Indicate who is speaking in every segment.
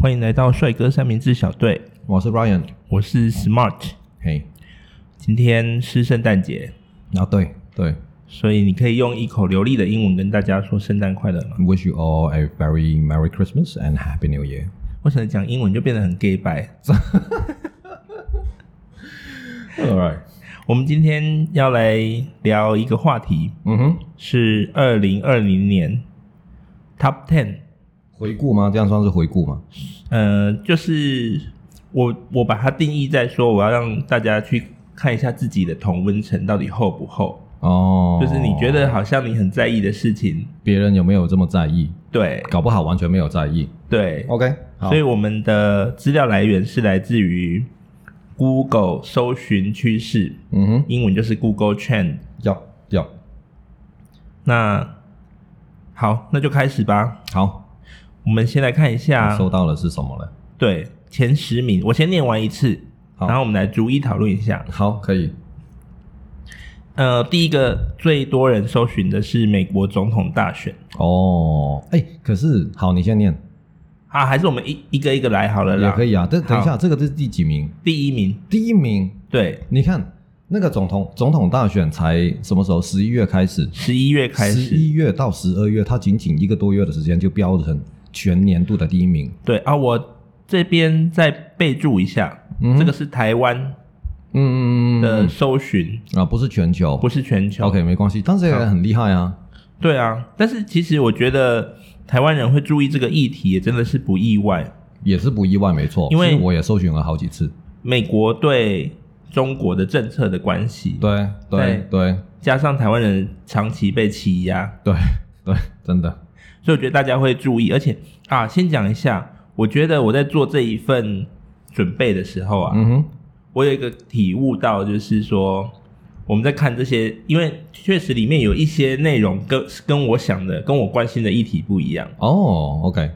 Speaker 1: 欢迎来到帅哥三明治小队，
Speaker 2: 我是 Brian，
Speaker 1: 我是 Smart。
Speaker 2: 嘿，
Speaker 1: 今天是圣诞节，
Speaker 2: 然后哦对对
Speaker 1: 所以你可以用一口流利的英文跟大家说圣诞快乐吗？
Speaker 2: ，Wish you all a very merry Christmas and happy New Year。
Speaker 1: 为什么讲英文就变得很 gay 白？
Speaker 2: All right，
Speaker 1: 我们今天要来聊一个话题，
Speaker 2: 嗯哼，
Speaker 1: 是二零二零年 Top Ten。
Speaker 2: 回顾吗？这样算是回顾吗？
Speaker 1: 呃，就是我我把它定义在说，我要让大家去看一下自己的同温层到底厚不厚，
Speaker 2: 哦，
Speaker 1: 就是你觉得好像你很在意的事情，
Speaker 2: 别人有没有这么在意？
Speaker 1: 对
Speaker 2: 搞不好完全没有在意。
Speaker 1: 对，
Speaker 2: OK，好
Speaker 1: 所以我们的资料来源是来自于 Google 搜寻趋势，
Speaker 2: 嗯哼，
Speaker 1: 英文就是 Google Trend。
Speaker 2: 要要
Speaker 1: 那好，那就开始吧。
Speaker 2: 好，
Speaker 1: 我们先来看一下
Speaker 2: 我，收到了是什么了？
Speaker 1: 对前十名，我先念完一次，
Speaker 2: 好
Speaker 1: 然后我们来逐一讨论一下。
Speaker 2: 好，可以。
Speaker 1: 呃，第一个最多人搜寻的是美国总统大选
Speaker 2: 哦，哎，可是好，你先念
Speaker 1: 啊，还是我们一一个一个来好了啦。
Speaker 2: 也可以啊。但等一下，
Speaker 1: 好
Speaker 2: 这个是第几名？
Speaker 1: 第一名，
Speaker 2: 第一名，
Speaker 1: 对，
Speaker 2: 你看那个总统总统大选才什么时候？十一月开始，
Speaker 1: 十一月开
Speaker 2: 十一
Speaker 1: 始，
Speaker 2: 月到十二月，它仅仅一个多月的时间就飙成全年度的第一名。
Speaker 1: 对啊，我这边再备注一下，
Speaker 2: 嗯
Speaker 1: 这个是台湾
Speaker 2: 嗯
Speaker 1: 的搜寻，
Speaker 2: 啊，不是全球，
Speaker 1: 不是全球。
Speaker 2: OK 没关系，但是也很厉害啊。
Speaker 1: 对啊，但是其实我觉得台湾人会注意这个议题，也真的是不意外。
Speaker 2: 也是不意外，没错，
Speaker 1: 因为
Speaker 2: 是我也搜寻了好几次。
Speaker 1: 美国对中国的政策的关系，
Speaker 2: 对对对
Speaker 1: 加上台湾人长期被欺压，
Speaker 2: 对对，真的，
Speaker 1: 所以我觉得大家会注意，而且啊，先讲一下，我觉得我在做这一份准备的时候啊，
Speaker 2: 嗯哼，
Speaker 1: 我有一个体悟到，就是说我们在看这些，因为确实里面有一些内容跟跟我想的、跟我关心的议题不一样，
Speaker 2: 哦，OK，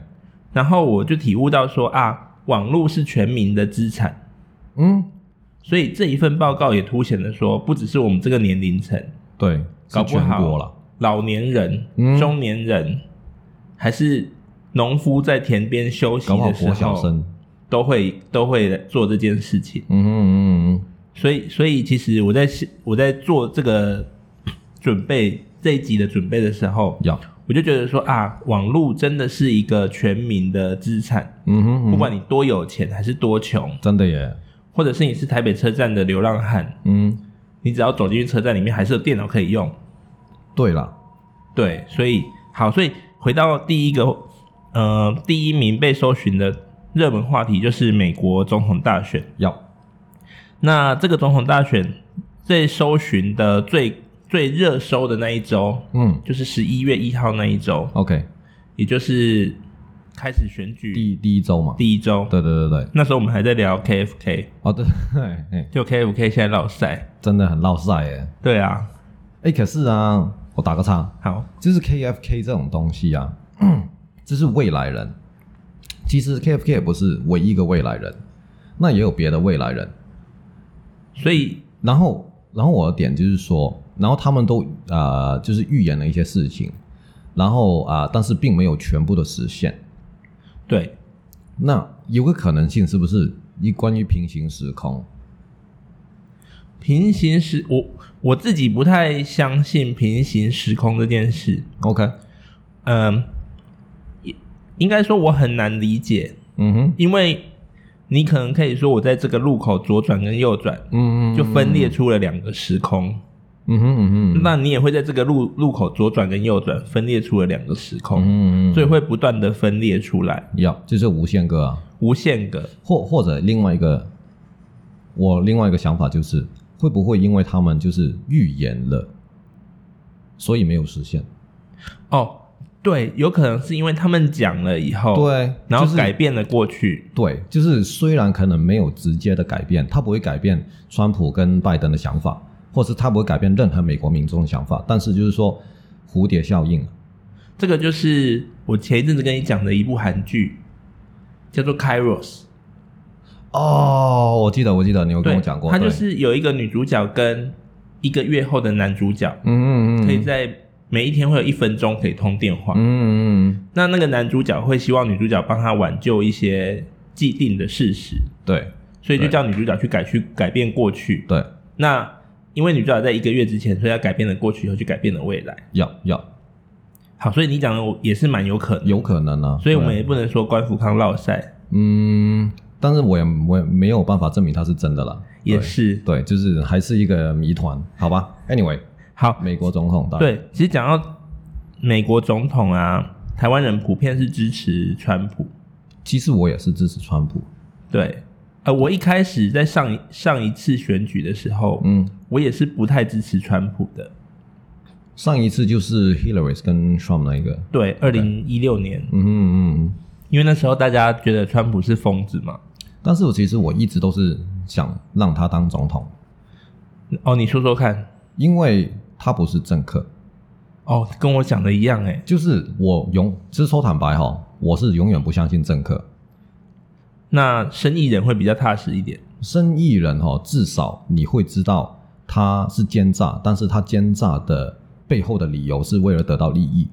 Speaker 1: 然后我就体悟到说啊，网络是全民的资产，
Speaker 2: 嗯，
Speaker 1: 所以这一份报告也凸显了说，不只是我们这个年龄层，
Speaker 2: 对，
Speaker 1: 搞
Speaker 2: 是
Speaker 1: 不
Speaker 2: 全
Speaker 1: 好
Speaker 2: 国了，
Speaker 1: 老年人、
Speaker 2: 嗯
Speaker 1: 中年人，还是农夫在田边休息
Speaker 2: 搞不好
Speaker 1: 的时
Speaker 2: 国小
Speaker 1: 候，
Speaker 2: 生，
Speaker 1: 都会都会来做这件事情。
Speaker 2: 嗯哼嗯哼
Speaker 1: 所以，所以其实我在我在做这个 准备这一集的准备的时候
Speaker 2: 嗯，，要，
Speaker 1: 我就觉得说啊，网络真的是一个全民的资产，
Speaker 2: 嗯哼，嗯
Speaker 1: 不
Speaker 2: 哼
Speaker 1: 管你多有钱还是多穷，
Speaker 2: 真的耶，
Speaker 1: 或者是你是台北车站的流浪汉，
Speaker 2: 嗯，
Speaker 1: 你只要走进去车站里面，还是有电脑可以用。
Speaker 2: 对啦，
Speaker 1: 对，所以好，所以回到第一个，呃，第一名被搜寻的热门话题就是美国总统大选。
Speaker 2: 要，
Speaker 1: 那这个总统大选最搜寻的最最热搜的那一周，
Speaker 2: 嗯
Speaker 1: 就是十一月一号那一周，
Speaker 2: ，OK，
Speaker 1: 也就是开始选举
Speaker 2: 第第一周嘛，
Speaker 1: 第一周。
Speaker 2: 对对对对，
Speaker 1: 那时候我们还在聊 KFK，
Speaker 2: 哦，对， 嘿嘿
Speaker 1: 就 KFK 现在落赛。
Speaker 2: 真的很落晒耶。
Speaker 1: 对啊，
Speaker 2: 哎，可是啊，我打个岔，
Speaker 1: 好，
Speaker 2: 就是 KFK 这种东西啊， 这是未来人。其实 KFK 也不是唯一一个未来人，那也有别的未来人。
Speaker 1: 所以
Speaker 2: 然后，然后我的点就是说，然后他们都啊，就是预言了一些事情，然后啊、但是并没有全部的实现。
Speaker 1: 对，
Speaker 2: 那有个可能性是不是一关于平行时空？
Speaker 1: 平行时，我我自己不太相信平行时空这件事。
Speaker 2: OK，
Speaker 1: 嗯，应应该说我很难理解，
Speaker 2: 嗯哼，
Speaker 1: 因为你可能可以说我在这个路口左转跟右转
Speaker 2: 嗯嗯，
Speaker 1: 就分裂出了两个时空，
Speaker 2: 嗯哼嗯哼，嗯
Speaker 1: 那你也会在这个路路口左转跟右转分裂出了两个时
Speaker 2: 嗯
Speaker 1: 空，
Speaker 2: 嗯嗯，
Speaker 1: 所以会不断的分裂出来，
Speaker 2: 要就是无限个啊，
Speaker 1: 无限个。
Speaker 2: 或或者另外一个，我另外一个想法就是，会不会因为他们就是预言了，所以没有实现？
Speaker 1: 哦，对，有可能是因为他们讲了以后，，
Speaker 2: 对，
Speaker 1: 哦然后
Speaker 2: 就是
Speaker 1: 改变了过去，
Speaker 2: 对，就是虽然可能没有直接的改变，他不会改变川普跟拜登的想法，或是他不会改变任何美国民众的想法，但是就是说蝴蝶效应，
Speaker 1: 这个就是我前一阵子跟你讲的一部韩剧，叫做《Kairos》。
Speaker 2: 哦，我记得我记得你有
Speaker 1: 对，
Speaker 2: 跟我讲过，
Speaker 1: 它就
Speaker 2: 对
Speaker 1: 是有一个女主角跟一个月后的男主角，
Speaker 2: 嗯嗯嗯，
Speaker 1: 可以在每一天会有一分钟可以通电话。
Speaker 2: 嗯嗯嗯，
Speaker 1: 那那个男主角会希望女主角帮他挽救一些既定的事实，
Speaker 2: 对
Speaker 1: 所以就
Speaker 2: 对
Speaker 1: 叫女主角去改去改变过去。
Speaker 2: 对，
Speaker 1: 那因为女主角在一个月之前，所以她改变了过去，又去改变了未来。
Speaker 2: 要要
Speaker 1: 好，所以你讲的我也是蛮有可能，
Speaker 2: 有可能啊，
Speaker 1: 所以我们
Speaker 2: 对
Speaker 1: 也不能说关福康落赛
Speaker 2: 嗯，但是我也我也没有办法证明它是真的了，
Speaker 1: 也
Speaker 2: 对
Speaker 1: 是
Speaker 2: 对，就是还是一个谜团，好吧？Anyway，
Speaker 1: 好。
Speaker 2: 美国总统大
Speaker 1: 对，其实讲到美国总统啊，台湾人普遍是支持川普。
Speaker 2: 其实我也是支持川普，
Speaker 1: 对，呃，我一开始在上一上一次选举的时候，
Speaker 2: 嗯，
Speaker 1: 我也是不太支持川普的。
Speaker 2: 上一次就是 Hillary 跟 Trump 那一个，
Speaker 1: 对，二零一六年，
Speaker 2: 嗯嗯嗯。
Speaker 1: 因为那时候大家觉得川普是疯子嘛。
Speaker 2: 但是我其实我一直都是想让他当总统，
Speaker 1: 哦，你说说看。
Speaker 2: 因为他不是政客，
Speaker 1: 哦，跟我讲的一样哎。
Speaker 2: 就是我永，其实说坦白哈、我是永远不相信政客。
Speaker 1: 那生意人会比较踏实一点。
Speaker 2: 生意人哈、至少你会知道他是奸诈，但是他奸诈的背后的理由是为了得到利益。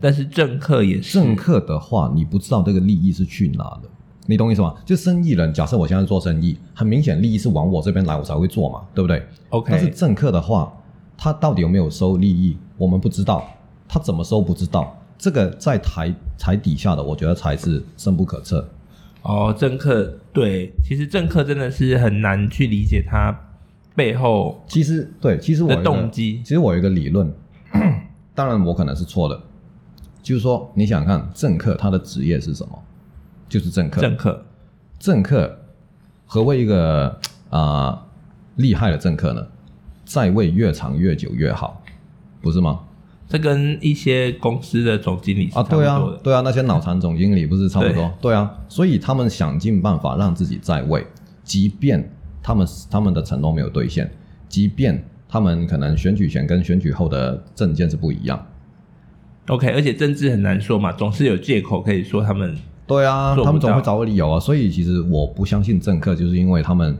Speaker 1: 但是政客也是
Speaker 2: 政客的话，你不知道这个利益是去哪的，你懂我意思吗？就生意人，假设我现在做生意，很明显利益是往我这边来，我才会做嘛，对不对？但是
Speaker 1: OK，
Speaker 2: 政客的话，他到底有没有收利益，我们不知道，他怎么收不知道，这个在台台底下的，我觉得才是深不可测。
Speaker 1: 哦，政客对，其实政客真的是很难去理解他背后
Speaker 2: 其实对，其实我有
Speaker 1: 的
Speaker 2: 一个
Speaker 1: 动机
Speaker 2: 其。实我有一个理论， 当然我可能是错的，就是说你想看政客他的职业是什么？就是政客。
Speaker 1: 政客
Speaker 2: 政客何谓一个啊、呃厉害的政客呢？在位越长越久越好，不是吗？
Speaker 1: 这跟一些公司的总经理是差
Speaker 2: 啊，
Speaker 1: 不
Speaker 2: 对啊
Speaker 1: 多的。，
Speaker 2: 对啊，那些脑残总经理不是差不多？
Speaker 1: 对
Speaker 2: 对啊，所以他们想尽办法让自己在位，即便他们他们的承诺没有兑现，即便他们可能选举前跟选举后的证件是不一样。
Speaker 1: OK，而且政治很难说嘛，总是有借口可以说他们
Speaker 2: 对啊
Speaker 1: 做不，到
Speaker 2: 他们总会找个理由啊。所以其实我不相信政客，就是因为他们，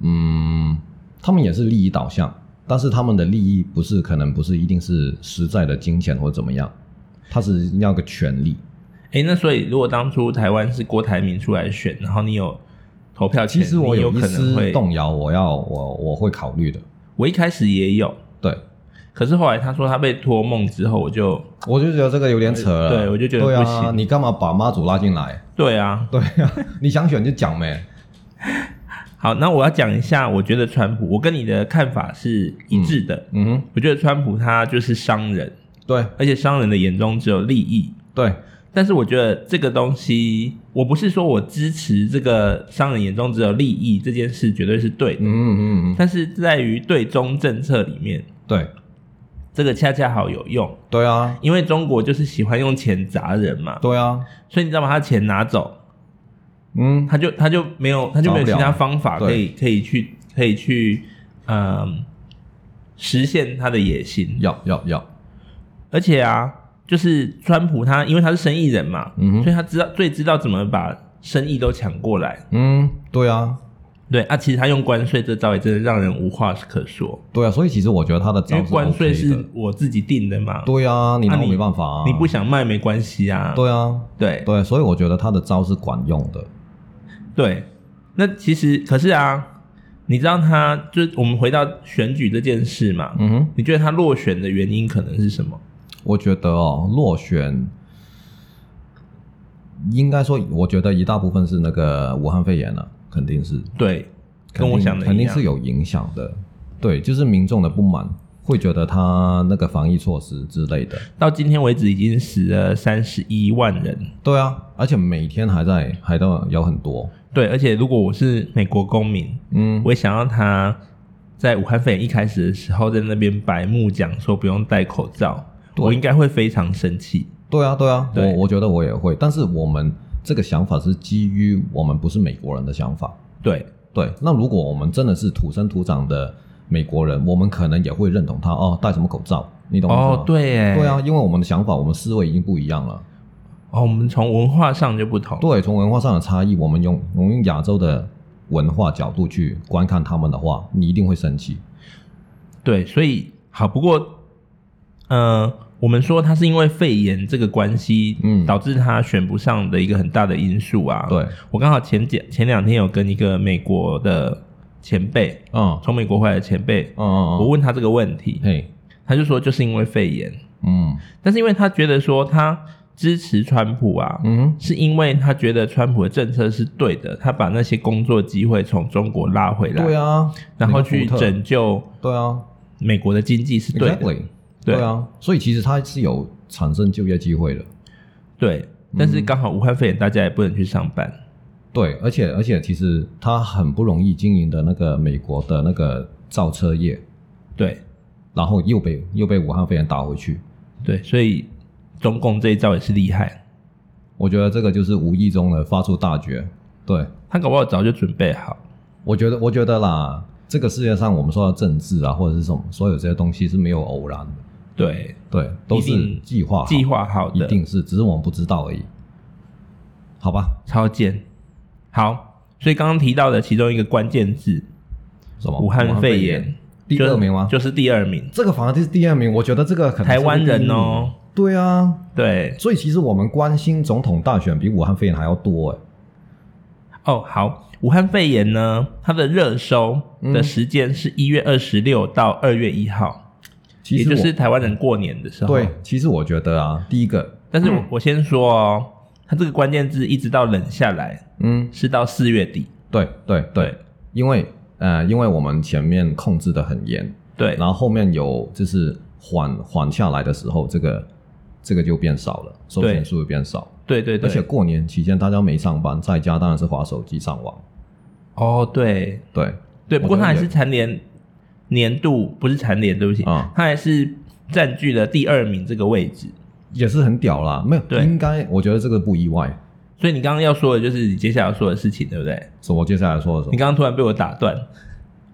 Speaker 2: 嗯，他们也是利益导向，但是他们的利益不是可能不是一定是实在的金钱或者怎么样，他是要个权利。
Speaker 1: 哎、那所以如果当初台湾是郭台铭出来选，然后你有投票权，
Speaker 2: 其实我
Speaker 1: 你有
Speaker 2: 一
Speaker 1: 可能
Speaker 2: 丝
Speaker 1: 会，
Speaker 2: 动摇，我要我我会考虑的。
Speaker 1: 我一开始也有，
Speaker 2: 对，
Speaker 1: 可是后来他说他被托梦之后，我就
Speaker 2: 我就觉得这个有点扯了。
Speaker 1: 对我就觉得
Speaker 2: 对
Speaker 1: 不
Speaker 2: 啊，
Speaker 1: 行
Speaker 2: 你干嘛把妈祖拉进来？
Speaker 1: 对啊，
Speaker 2: 对啊，你想选就讲呗。
Speaker 1: 好，那我要讲一下，我觉得川普，我跟你的看法是一致的。
Speaker 2: 嗯哼，
Speaker 1: 我觉得川普他就是商人，
Speaker 2: 对
Speaker 1: 而且商人的眼中只有利益。
Speaker 2: 对，
Speaker 1: 但是我觉得这个东西，我不是说我支持这个商人眼中只有利益这件事绝对是对的，
Speaker 2: 嗯嗯嗯嗯，
Speaker 1: 但是在于对中政策里面，
Speaker 2: 对
Speaker 1: 这个恰恰好有用。
Speaker 2: 对啊，
Speaker 1: 因为中国就是喜欢用钱砸人嘛，
Speaker 2: 对啊，
Speaker 1: 所以你知道把他钱拿走，
Speaker 2: 嗯，
Speaker 1: 他就他就没有他就没有其
Speaker 2: 拿不
Speaker 1: 他
Speaker 2: 了
Speaker 1: 方法可以可以去可以去嗯、实现他的野心。
Speaker 2: 要要要，
Speaker 1: 而且啊，就是川普他因为他是生意人嘛，
Speaker 2: 嗯哼
Speaker 1: 所以他知道最知道怎么把生意都抢过来。
Speaker 2: 嗯，对啊，
Speaker 1: 对啊，其实他用关税这招也真的让人无话可说，
Speaker 2: 对啊，所以其实我觉得他的
Speaker 1: 因
Speaker 2: 招
Speaker 1: 为
Speaker 2: 是
Speaker 1: 关税
Speaker 2: OK 的
Speaker 1: 是我自己定的嘛，
Speaker 2: 对啊，你
Speaker 1: 啊
Speaker 2: 拿我
Speaker 1: 你
Speaker 2: 没办法啊，
Speaker 1: 你不想卖没关系啊。
Speaker 2: 对啊，
Speaker 1: 对
Speaker 2: 对，所以我觉得他的招是管用的，
Speaker 1: 对，那其实可是啊，你知道他就是我们回到选举这件事嘛？
Speaker 2: 嗯哼，
Speaker 1: 你觉得他落选的原因可能是什么？
Speaker 2: 我觉得哦，落选应该说，我觉得一大部分是那个武汉肺炎了、啊肯定是，
Speaker 1: 对，跟
Speaker 2: 肯定
Speaker 1: 我想的
Speaker 2: 肯
Speaker 1: 一
Speaker 2: 定
Speaker 1: 样
Speaker 2: 是。有影响的，对，就是民众的不满会觉得他那个防疫措施之类的，
Speaker 1: 到今天为止已经死了三十一万人，
Speaker 2: 对啊，而且每天还在还都有很多，
Speaker 1: 对，而且如果我是美国公民，
Speaker 2: 嗯，
Speaker 1: 我也想要他在武汉肺炎一开始的时候在那边白目讲说不用戴口罩，
Speaker 2: 对
Speaker 1: 我应该会非常生气。
Speaker 2: 对啊，对啊，
Speaker 1: 对
Speaker 2: 我我觉得我也会，但是我们这个想法是基于我们不是美国人的想法。
Speaker 1: 对，
Speaker 2: 对，那如果我们真的是土生土长的美国人，我们可能也会认同他哦，戴什么口罩，你懂我意思吗？
Speaker 1: 哦，对，耶，
Speaker 2: 对啊，，因为我们的想法、我们思维已经不一样了。
Speaker 1: 哦，我们从文化上就不同，
Speaker 2: 对，从文化上的差异，我们用我们用亚洲的文化角度去观看他们的话，你一定会生气。
Speaker 1: 对，所以好，不过呃，我们说他是因为肺炎这个关系，
Speaker 2: 嗯
Speaker 1: 导致他选不上的一个很大的因素啊。，
Speaker 2: 对，
Speaker 1: 我刚好前几前两天有跟一个美国的前辈，
Speaker 2: 嗯
Speaker 1: 从美国回来的前辈，
Speaker 2: 嗯嗯
Speaker 1: 我
Speaker 2: 嗯，
Speaker 1: 问他这个问题，
Speaker 2: 嘿，
Speaker 1: 他就说就是因为肺炎，
Speaker 2: 嗯
Speaker 1: 但是因为他觉得说他支持川普啊，
Speaker 2: 嗯
Speaker 1: 是因为他觉得川普的政策是对的，他把那些工作机会从中国拉回
Speaker 2: 哼，
Speaker 1: 来，
Speaker 2: 对啊，
Speaker 1: 然后
Speaker 2: 那个
Speaker 1: 去
Speaker 2: 福特，
Speaker 1: 拯救
Speaker 2: 对啊
Speaker 1: 美国的经济是对的，
Speaker 2: ，exactly，
Speaker 1: 对
Speaker 2: 对啊，所以其实它是有产生就业机会的，
Speaker 1: 对。
Speaker 2: 嗯
Speaker 1: 但是刚好武汉肺炎，大家也不能去上班，
Speaker 2: 对，而且而且其实它很不容易经营的那个美国的那个造车业，
Speaker 1: 对
Speaker 2: 然后又被又被武汉肺炎打回去，
Speaker 1: 对，所以中共这一招也是厉害，
Speaker 2: 我觉得这个就是无意中的发出大绝，对。
Speaker 1: 他搞不好早就准备好，
Speaker 2: 我觉得，我觉得啦，这个世界上我们说的政治啊，或者是什么，所有这些东西是没有偶然的，
Speaker 1: 对，
Speaker 2: 对，都
Speaker 1: 一
Speaker 2: 是
Speaker 1: 定
Speaker 2: 计划好
Speaker 1: 计，划好
Speaker 2: 一
Speaker 1: 的，
Speaker 2: 定是，只是我们不知道而已，好吧？
Speaker 1: 超贱。好，所以刚刚提到的其中一个关键字，
Speaker 2: 什么？
Speaker 1: 武汉肺炎，
Speaker 2: 第
Speaker 1: 就是
Speaker 2: 二名吗？
Speaker 1: 就是第二名，
Speaker 2: 这个反而就是第二名，我觉得这个可能是
Speaker 1: 台湾人哦
Speaker 2: 第一名。对啊，
Speaker 1: 对，
Speaker 2: 所以其实我们关心总统大选比武汉肺炎还要多哎。
Speaker 1: 哦，好，武汉肺炎呢，它的热搜的时间是一月二十六到二月一号，
Speaker 2: 嗯其
Speaker 1: 也
Speaker 2: 实我
Speaker 1: 就是哦台湾人过年的时候。
Speaker 2: 对，，其实我觉得啊，第一个，
Speaker 1: 但是我我先说哦，它这个关键字一直到冷下来
Speaker 2: 嗯，
Speaker 1: 是到四月底。
Speaker 2: 对对对
Speaker 1: 对，
Speaker 2: 因为呃，因为我们前面控制的很严，
Speaker 1: 对
Speaker 2: 然后后面有就是缓缓下来的时候，这个这个就变少了，收
Speaker 1: 对
Speaker 2: 钱数就变少。
Speaker 1: 对对
Speaker 2: 而且
Speaker 1: 对，
Speaker 2: 过年期间大家没上班，在家当然是划手机上网。
Speaker 1: 哦对
Speaker 2: 对，
Speaker 1: 对，不过
Speaker 2: 我觉得
Speaker 1: 它还是
Speaker 2: 也
Speaker 1: 蝉联年度，不是蝉联，对不起，
Speaker 2: 啊
Speaker 1: 它还是占据了第二名这个位置。
Speaker 2: 也是很屌啦。没有，
Speaker 1: 对
Speaker 2: 应该我觉得这个不意外。
Speaker 1: 所以你刚刚要说的就是你接下来要说的事情，对不对？
Speaker 2: 所以我接下来说的什
Speaker 1: 你
Speaker 2: 么？
Speaker 1: 刚刚突然被我打断，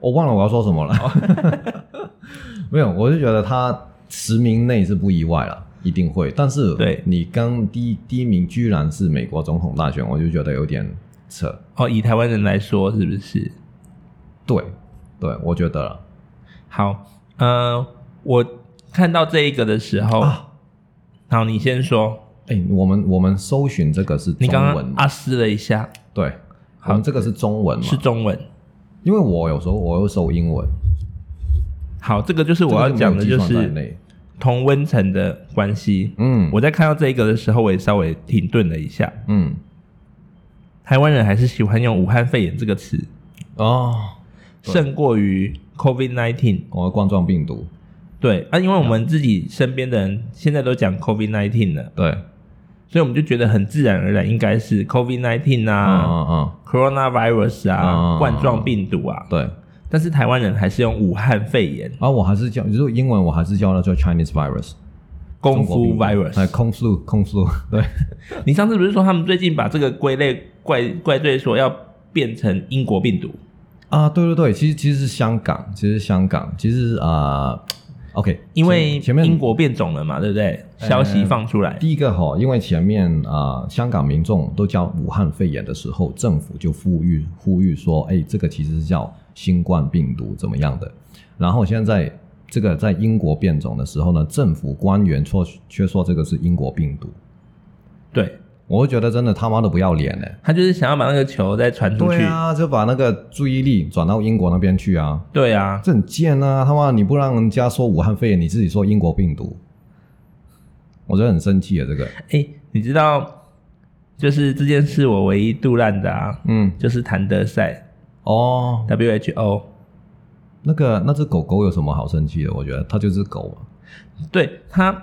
Speaker 2: 我忘了我要说什么了。
Speaker 1: 哦
Speaker 2: 没有，我就觉得他十名内是不意外了，一定会。但是
Speaker 1: 对
Speaker 2: 你刚第一第一名居然是美国总统大选，我就觉得有点扯。
Speaker 1: 哦，以台湾人来说，是不是？
Speaker 2: 对，对，我觉得了。
Speaker 1: 好，呃，我看到这一个的时候，
Speaker 2: 啊
Speaker 1: 好，你先说。
Speaker 2: 哎、我们我们搜寻这个是
Speaker 1: 你
Speaker 2: 中
Speaker 1: 刚
Speaker 2: 文
Speaker 1: 刚
Speaker 2: 嘛？
Speaker 1: 啊思了一下，
Speaker 2: 对，
Speaker 1: 好
Speaker 2: 我们这个是中文嘛？
Speaker 1: 是中文。
Speaker 2: 因为我有时候我又搜英文，
Speaker 1: 好，这个就是我要讲的，
Speaker 2: 这
Speaker 1: 就
Speaker 2: 个没有计算在
Speaker 1: 是
Speaker 2: 内
Speaker 1: 同温层的关系。
Speaker 2: 嗯，
Speaker 1: 我在看到这一个的时候，我也稍微停顿了一下。
Speaker 2: 嗯
Speaker 1: 台湾人还是喜欢用“武汉肺炎”这个词，
Speaker 2: 哦，对
Speaker 1: 胜过于 “COVID nineteen”。
Speaker 2: 我的冠状病毒，
Speaker 1: 对啊，因为我们自己身边的人现在都讲 “COVID nineteen” 了，
Speaker 2: 对，
Speaker 1: 所以我们就觉得很自然而然应该是 “COVID nineteen”
Speaker 2: 嗯
Speaker 1: 啊，
Speaker 2: 嗯嗯，
Speaker 1: coronavirus 啊，
Speaker 2: 嗯
Speaker 1: 冠状病毒啊，
Speaker 2: 对，
Speaker 1: 但是台湾人还是用武汉肺炎、
Speaker 2: 啊，我还是叫，就是英文我还是叫它做 Chinese virus，
Speaker 1: 功夫
Speaker 2: 中国病毒哎，
Speaker 1: virus。
Speaker 2: 空 flu，空 flu，对，
Speaker 1: 你上次不是说他们最近把这个归类怪怪罪说要变成英国病毒？
Speaker 2: 啊，对对对，其实其实是香港，其实是香港，其实啊、o k
Speaker 1: 因为
Speaker 2: 前面
Speaker 1: 英国变种了嘛，对不对？
Speaker 2: 呃
Speaker 1: 消息放出来，
Speaker 2: 第一个哈，因为前面啊、呃香港民众都叫武汉肺炎的时候，政府就呼吁呼吁说，哎，这个其实是叫新冠病毒怎么样的。然后现在这个在英国变种的时候呢，政府官员却却说这个是英国病毒，
Speaker 1: 对
Speaker 2: 我就觉得真的他妈的不要脸呢、
Speaker 1: 他就是想要把那个球再传出去。
Speaker 2: 对啊，就把那个注意力转到英国那边去啊，
Speaker 1: 对啊，
Speaker 2: 这很贱啊！他妈你不让人家说武汉肺炎，你自己说英国病毒，我觉得很生气啊，这个，
Speaker 1: 哎、你知道，就是这件事我唯一杜烂的啊，
Speaker 2: 嗯，
Speaker 1: 就是谭德赛
Speaker 2: 哦，
Speaker 1: WHO。
Speaker 2: 那个那只狗狗有什么好生气的？我觉得它就是狗嘛。
Speaker 1: 对他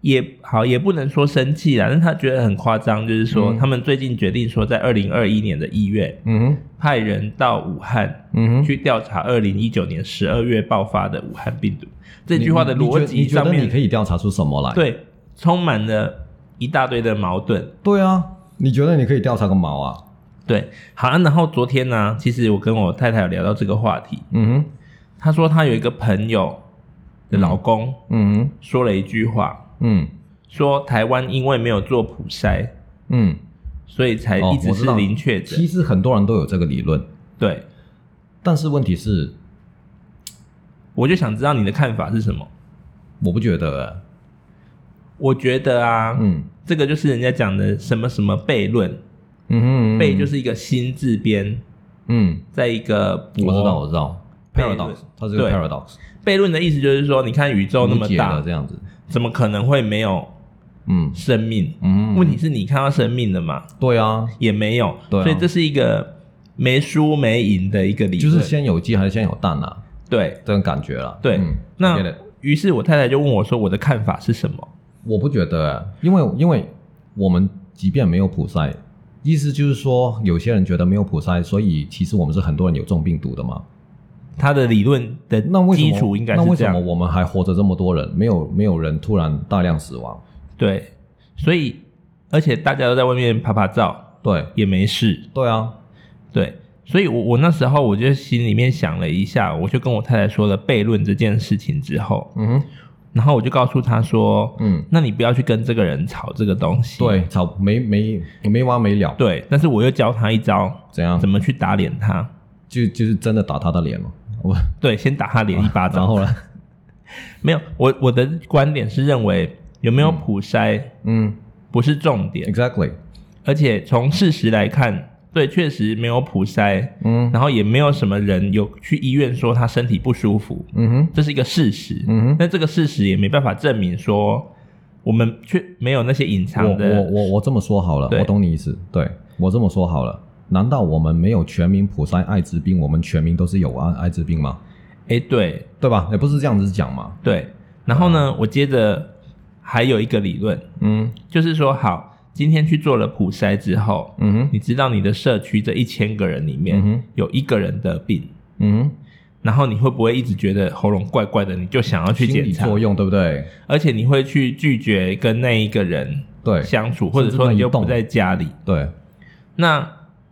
Speaker 1: 也好，也不能说生气啦，但是他觉得很夸张，就是说、
Speaker 2: 嗯
Speaker 1: 他们最近决定说，在二零二一年的一月
Speaker 2: 嗯哼，
Speaker 1: 派人到武汉
Speaker 2: 嗯哼，
Speaker 1: 去调查二零一九年十二月爆发的武汉病毒。这句话的
Speaker 2: 你你
Speaker 1: 逻
Speaker 2: 你
Speaker 1: 辑
Speaker 2: 觉
Speaker 1: 上
Speaker 2: 得你可
Speaker 1: 面，
Speaker 2: 以调查出什么来？
Speaker 1: 对，啊充满了一大堆的矛盾。
Speaker 2: 对啊，你觉得你可以调查个毛啊？
Speaker 1: 对，好、啊，然后昨天呢、其实我跟我太太有聊到这个话题，
Speaker 2: 嗯哼，
Speaker 1: 她说她有一个朋友的老公
Speaker 2: 嗯哼，
Speaker 1: 说了一句话，
Speaker 2: 嗯
Speaker 1: 说台湾因为没有做普筛，
Speaker 2: 嗯，
Speaker 1: 所以才
Speaker 2: 哦
Speaker 1: 一直
Speaker 2: 我
Speaker 1: 是
Speaker 2: 知道
Speaker 1: 零确诊。
Speaker 2: 其实很多人都有这个理论，
Speaker 1: 对，
Speaker 2: 但是问题是，
Speaker 1: 我就想知道你的看法是什么。
Speaker 2: 我不觉得，啊
Speaker 1: 我觉得啊，
Speaker 2: 嗯
Speaker 1: 这个就是人家讲的什么什么悖论，
Speaker 2: 嗯哼，
Speaker 1: 悖就是是一个心字边，
Speaker 2: 嗯，
Speaker 1: 在一个
Speaker 2: 我知道
Speaker 1: 我
Speaker 2: 我知道
Speaker 1: 悖
Speaker 2: ，paradox，
Speaker 1: 论
Speaker 2: 它是个
Speaker 1: 哦对
Speaker 2: paradox，
Speaker 1: 悖论的意思就是说，你看宇宙那
Speaker 2: 无
Speaker 1: 么
Speaker 2: 解的
Speaker 1: 大
Speaker 2: 这，样子，
Speaker 1: 怎么可能会没有
Speaker 2: 嗯
Speaker 1: 生命？
Speaker 2: 嗯，
Speaker 1: 问题是你看到生命了吗？
Speaker 2: 对啊，
Speaker 1: 也没有，
Speaker 2: 对啊
Speaker 1: 所以这是一个没输没赢的一个理
Speaker 2: 就
Speaker 1: 论。
Speaker 2: 是先有鸡还是先有蛋啊，
Speaker 1: 对，
Speaker 2: 这种感觉啦。
Speaker 1: 对
Speaker 2: 嗯、
Speaker 1: 那
Speaker 2: I get it
Speaker 1: 于是我太太就问我说：“我的看法是什么
Speaker 2: 我不觉得，因为因为我们即便没有普筛，意思就是说有些人觉得没有普筛，所以其实我们是很多人有中病毒的嘛。？”
Speaker 1: 他的理论的
Speaker 2: 那为什
Speaker 1: 基
Speaker 2: 么
Speaker 1: 础应该
Speaker 2: 那
Speaker 1: 是
Speaker 2: 为
Speaker 1: 这
Speaker 2: 什么
Speaker 1: 样，
Speaker 2: 我们还活着这么多人，没有没有人突然大量死亡？
Speaker 1: 对，所以而且大家都在外面拍拍照
Speaker 2: 对
Speaker 1: 也没事，
Speaker 2: 对啊，
Speaker 1: 对，所以我我那时候我就心里面想了一下，我就跟我太太说了悖论这件事情之后，
Speaker 2: 嗯哼
Speaker 1: 然后我就告诉她说，
Speaker 2: 嗯，
Speaker 1: 那你不要去跟这个人吵这个东西，
Speaker 2: 对，吵没没没完没了，
Speaker 1: 对，但是我又教她一招，
Speaker 2: 怎样
Speaker 1: 怎？么去打脸他。
Speaker 2: 就就是真的打他的脸嘛？我
Speaker 1: 对，先打他脸一巴
Speaker 2: 然
Speaker 1: 掌。
Speaker 2: 后呢？
Speaker 1: 没有，我我的观点是认为有没有普筛
Speaker 2: 嗯
Speaker 1: 不是重点，
Speaker 2: ，exactly，
Speaker 1: 而且从事实来看，对，确实没有普筛，
Speaker 2: 嗯
Speaker 1: 然后也没有什么人有去医院说他身体不舒服，
Speaker 2: 嗯哼
Speaker 1: 这是一个事实。
Speaker 2: 嗯哼。
Speaker 1: 那这个事实也没办法证明说我们却没有那些隐
Speaker 2: 我
Speaker 1: 藏
Speaker 2: 我
Speaker 1: 的。
Speaker 2: 我我这么说好了，
Speaker 1: 对
Speaker 2: 我懂你意思。对我这么说好了，难道我们没有全民普筛艾滋病，我们全民都是有艾艾滋病吗？
Speaker 1: 哎，对
Speaker 2: 对吧？也不是这样子讲嘛。
Speaker 1: 对。然后呢，我接着还有一个理论，
Speaker 2: 嗯
Speaker 1: 就是说，好，今天去做了普筛之后，
Speaker 2: 嗯哼
Speaker 1: 你知道你的社区这一千个人里
Speaker 2: 嗯
Speaker 1: 面
Speaker 2: 哼
Speaker 1: 有一个人得病，
Speaker 2: 嗯
Speaker 1: 然后你会不会一直觉得喉咙怪怪的，你就想要
Speaker 2: 哼，
Speaker 1: 去
Speaker 2: 心
Speaker 1: 检
Speaker 2: 理
Speaker 1: 查，
Speaker 2: 作用对不对？
Speaker 1: 而且你会去拒绝跟那一个人
Speaker 2: 对
Speaker 1: 相处，或者
Speaker 2: 甚至
Speaker 1: 说
Speaker 2: 那
Speaker 1: 你
Speaker 2: 一
Speaker 1: 就不
Speaker 2: 栋
Speaker 1: 在家里。
Speaker 2: 对，
Speaker 1: 那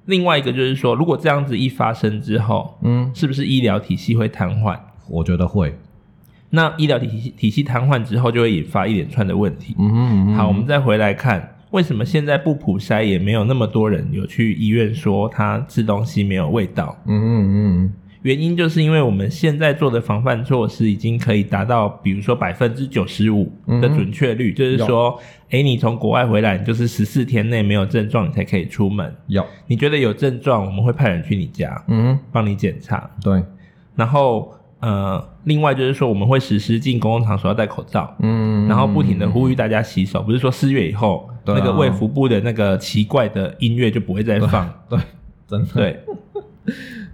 Speaker 1: 另外一个就是说，如果这样子一发生之后，
Speaker 2: 嗯，
Speaker 1: 是不是医疗体系会瘫痪？
Speaker 2: 我觉得会。
Speaker 1: 那医疗体系体系瘫痪之后，就会引发一连串的问题。
Speaker 2: 嗯哼，嗯哼
Speaker 1: 好，我们再回来看，为什么现在不普筛也没有那么多人有去医院说他吃东西没有味道？
Speaker 2: 嗯哼嗯哼嗯
Speaker 1: 原因就是因为我们现在做的防范措施已经可以达到，比如说百分之九十五
Speaker 2: 嗯哼
Speaker 1: 的准确率，就是说，诶，你从国外回来，你就是十四天内没有症状，你才可以出门。
Speaker 2: 哼，要，
Speaker 1: 你觉得有症状，我们会派人去你家
Speaker 2: 嗯
Speaker 1: 帮你检查。
Speaker 2: 哼，对，
Speaker 1: 然后呃，另外就是说我们会实施进公共场所要戴口罩，
Speaker 2: 嗯，
Speaker 1: 然后不停的呼吁大家洗手。不是说四月以后、
Speaker 2: 对啊
Speaker 1: 那个卫福部的那个奇怪的音乐就不会再放，
Speaker 2: 对，真的
Speaker 1: 对。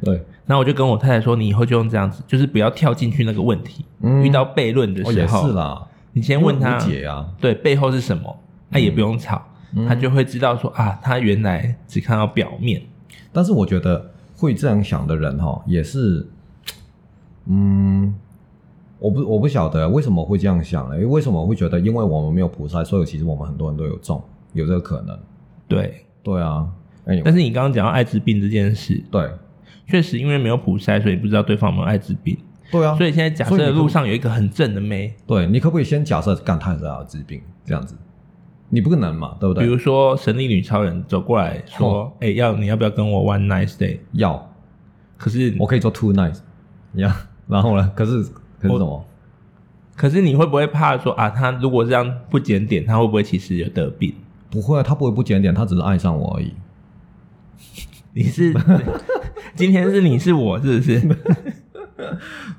Speaker 2: 对，
Speaker 1: 然后我就跟我太太说，你以后就用这样子，就是不要跳进去那个问题。
Speaker 2: 嗯
Speaker 1: 遇到悖论的
Speaker 2: 哦
Speaker 1: 时
Speaker 2: 也
Speaker 1: 候，
Speaker 2: 是啦，
Speaker 1: 你先问他
Speaker 2: 因为无，解嗯啊，
Speaker 1: 对背后是什么，他、也不用吵，他就会知道说啊，他原来只看到表面。
Speaker 2: 但是我觉得会这样想的人哈、也是，嗯，我不我不晓得为什么会这样想呢？因为为什么会觉得，因为我们没有普筛，所以其实我们很多人都有中，有这个可能。
Speaker 1: 对，
Speaker 2: 对啊，哎、
Speaker 1: 但是你刚刚讲到艾滋病这件事，
Speaker 2: 对
Speaker 1: 确实因为没有普筛，所以不知道对方有没有艾滋病。
Speaker 2: 对啊，
Speaker 1: 所以现在假
Speaker 2: 所以
Speaker 1: 设
Speaker 2: 你可
Speaker 1: 路上有一个很正的妹，
Speaker 2: 对你可不可以先假设干他是艾滋病这样子？你不可能嘛，对不
Speaker 1: 比
Speaker 2: 对？
Speaker 1: 如说神力女超人走过来说
Speaker 2: 哦：“
Speaker 1: 哎、要你要不要跟我 one night stay？”
Speaker 2: 要
Speaker 1: 可是
Speaker 2: 我可以做 two nights，呀，然后呢？可是可是什么？
Speaker 1: 可是你会不会怕说啊，他如果这样不检点，他会不会其实有得病？
Speaker 2: 不会啊，他不会不检点，他只是爱上我而已。
Speaker 1: 你 是今天是你是我是不是？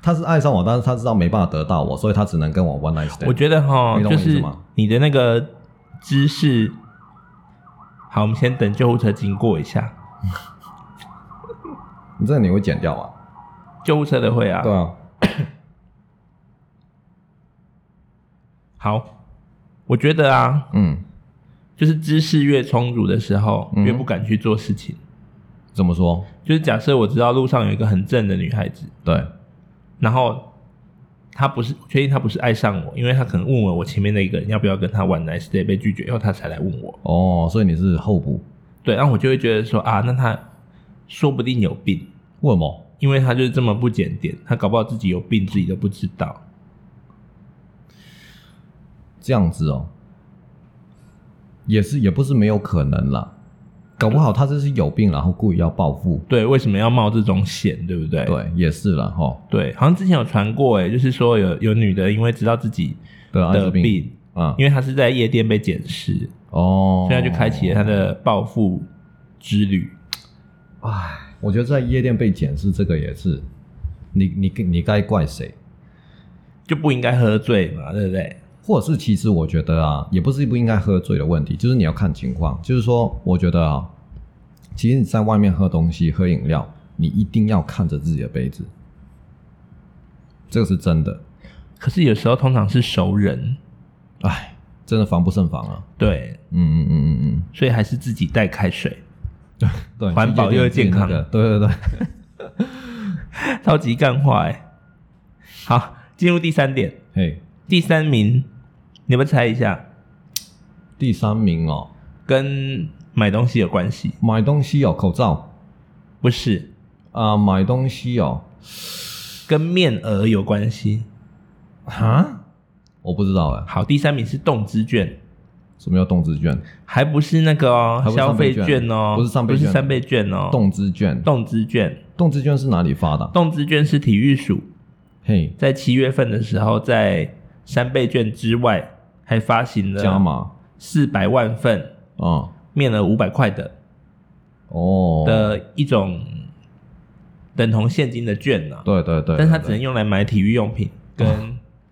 Speaker 2: 他是爱上我，但是他知道没办法得到我，所以他只能跟我 one night stand。
Speaker 1: 我觉得哈，
Speaker 2: 你懂
Speaker 1: 就
Speaker 2: 我意思
Speaker 1: 是
Speaker 2: 吗
Speaker 1: 你的那个知识。好，我们先等救护车经过一下，
Speaker 2: 你这个你会剪掉啊？
Speaker 1: 救护车的会啊。
Speaker 2: 对啊，
Speaker 1: 好，我觉得啊，
Speaker 2: 嗯，
Speaker 1: 就是知识越充足的时候，
Speaker 2: 嗯
Speaker 1: 越不敢去做事情。
Speaker 2: 怎么说？
Speaker 1: 就是假设我知道路上有一个很正的女孩子，
Speaker 2: 对，
Speaker 1: 然后她不是，我确定她不是爱上我，因为她可能问我我前面那个人要不要跟她玩 nice day，被拒绝以后她才来问我。
Speaker 2: 哦，所以你是候补，
Speaker 1: 对，然后我就会觉得说啊，那她说不定有病，
Speaker 2: 为什么？
Speaker 1: 因为她就是这么不检点，她搞不好自己有病自己都不知道。
Speaker 2: 这样子哦，也是也不是没有可能啦。搞不好他这是有病，然后故意要报复。
Speaker 1: 对，为什么要冒这种险，对不对？
Speaker 2: 对，也是了哈。
Speaker 1: 对好像之前有传过、欸，哎，就是说有有女的因为知道自己
Speaker 2: 得艾滋
Speaker 1: 得
Speaker 2: 病
Speaker 1: 病，
Speaker 2: 啊，
Speaker 1: 因为她是在夜店被捡尸，
Speaker 2: 哦，
Speaker 1: 所以她就开启了她的报复之旅。
Speaker 2: 唉，我觉得在夜店被检视这个也是，你你你该怪谁？
Speaker 1: 就不应该喝醉嘛，对不对？
Speaker 2: 或者是其实我觉得啊，也不是不应该喝醉的问题，就是你要看情况。就是说，我觉得啊，其实你在外面喝东西、喝饮料，你一定要看着自己的杯子，这个是真的。
Speaker 1: 可是有时候通常是熟人，
Speaker 2: 唉，真的防不胜防啊。
Speaker 1: 对，
Speaker 2: 嗯嗯嗯嗯
Speaker 1: 所以还是自己带开水，
Speaker 2: 嗯，对，
Speaker 1: 环保又健康
Speaker 2: 的，对对对，
Speaker 1: 超级干话哎、好，进入第三点，
Speaker 2: 嘿，
Speaker 1: 第三名，你们猜一下，
Speaker 2: 第三名哦，
Speaker 1: 跟买东西有关系？
Speaker 2: 买东西哦，口罩
Speaker 1: 不是，
Speaker 2: 啊、买东西哦，
Speaker 1: 跟面额有关系。
Speaker 2: 啊，我不知道哎，
Speaker 1: 好，第三名是动资券，
Speaker 2: 什么叫动资券？
Speaker 1: 还不是那个哦
Speaker 2: 还，不是
Speaker 1: 消
Speaker 2: 上倍
Speaker 1: 费
Speaker 2: 券
Speaker 1: 券哦，
Speaker 2: 不是上倍
Speaker 1: 不是
Speaker 2: 券
Speaker 1: 三倍券哦，
Speaker 2: 动资券，
Speaker 1: 动资券，
Speaker 2: 动资券是哪里发的啊？
Speaker 1: 动资券是体育署
Speaker 2: 嘿，
Speaker 1: 在七月份的时候，在三倍券之外还发行
Speaker 2: 加
Speaker 1: 了
Speaker 2: 码
Speaker 1: 四百万份，
Speaker 2: 啊、
Speaker 1: 面额五百块的
Speaker 2: 哦，
Speaker 1: 的一种等同现金的券呢、啊，
Speaker 2: 对对对，
Speaker 1: 但是它
Speaker 2: 对哦
Speaker 1: 只能用来买体育用品跟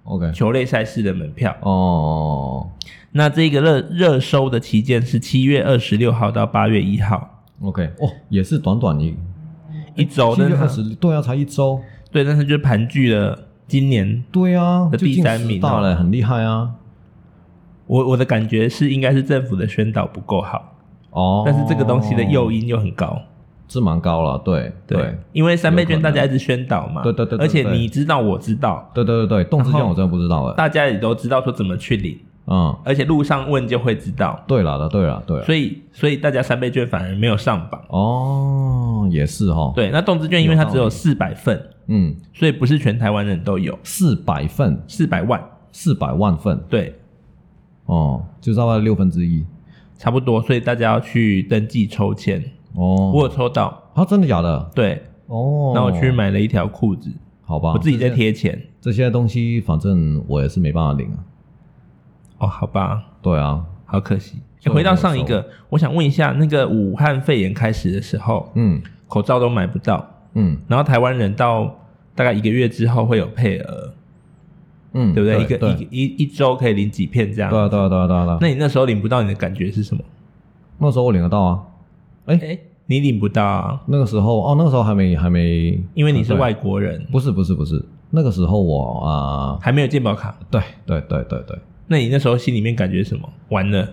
Speaker 2: OK
Speaker 1: 球类赛事的门票。
Speaker 2: 哦
Speaker 1: 那这个热热收的期间是七月二十六号到八月一号，
Speaker 2: ，OK 哦，也是短短一
Speaker 1: 一周，但是它
Speaker 2: 哎二十对啊，才一周，
Speaker 1: 对，但是就盘踞了今年。
Speaker 2: 对啊，
Speaker 1: 的
Speaker 2: 就
Speaker 1: 第
Speaker 2: 进
Speaker 1: 三名
Speaker 2: 十大
Speaker 1: 哦
Speaker 2: 了，很厉害啊。
Speaker 1: 我我的感觉是，应该是政府的宣导不够好，
Speaker 2: 哦，
Speaker 1: 但是这个东西的诱因又很高。
Speaker 2: 是蛮高了，对
Speaker 1: 对
Speaker 2: 对，
Speaker 1: 因为三倍券
Speaker 2: 有可
Speaker 1: 大
Speaker 2: 能
Speaker 1: 家一直宣导嘛，
Speaker 2: 对对对对
Speaker 1: 而且
Speaker 2: 对
Speaker 1: 你知道，我知道，
Speaker 2: 对对对对，动资
Speaker 1: 然
Speaker 2: 券
Speaker 1: 后
Speaker 2: 我真的不知道哎，
Speaker 1: 大家也都知道说怎么去领，
Speaker 2: 嗯，
Speaker 1: 而且路上问就会知道，
Speaker 2: 对了的，对了对了，
Speaker 1: 所以所以大家三倍券反而没有上榜。
Speaker 2: 哦，也是哈，，
Speaker 1: 对，那动资券因为它只有
Speaker 2: 有
Speaker 1: 四百份，
Speaker 2: 嗯，
Speaker 1: 所以不是全台湾人都有
Speaker 2: 四百份，
Speaker 1: 四百万，
Speaker 2: 四百万份，
Speaker 1: 对，
Speaker 2: 哦，就大概六分之一，
Speaker 1: 差不多，所以大家要去登记抽签。我
Speaker 2: 哦，
Speaker 1: 有抽到，
Speaker 2: 啊，真的假的？
Speaker 1: 对，
Speaker 2: 哦，
Speaker 1: 那我去，买了一条裤子，
Speaker 2: 好吧，
Speaker 1: 我自己在
Speaker 2: 这些
Speaker 1: 贴钱。
Speaker 2: 这些东西，反正我也是没办法领啊。
Speaker 1: 哦，好吧，
Speaker 2: 对啊，
Speaker 1: 好可惜。诶
Speaker 2: 所以
Speaker 1: 回到
Speaker 2: 没有
Speaker 1: 上一
Speaker 2: 收
Speaker 1: 个，我想问一下，那个武汉肺炎开始的时候，
Speaker 2: 嗯
Speaker 1: 口罩都买不到，
Speaker 2: 嗯
Speaker 1: 然后台湾人到大概一个月之后会有配额，
Speaker 2: 嗯，
Speaker 1: 对不对？
Speaker 2: 对？
Speaker 1: 一个一
Speaker 2: 对
Speaker 1: 个一一周可以领几片这样。
Speaker 2: 对啊对啊对啊对啊对啊。
Speaker 1: 那你那时候领不到，你的感觉是什么？
Speaker 2: 那时候我领得到啊，
Speaker 1: 哎、你领不到啊，
Speaker 2: 那个时候哦，那个时候还没还没，
Speaker 1: 因为你是
Speaker 2: 对
Speaker 1: 外国人，
Speaker 2: 不是不是不是，那个时候我啊、
Speaker 1: 还没有健保卡。
Speaker 2: 对对对对对，
Speaker 1: 那你那时候心里面感觉什么？完了，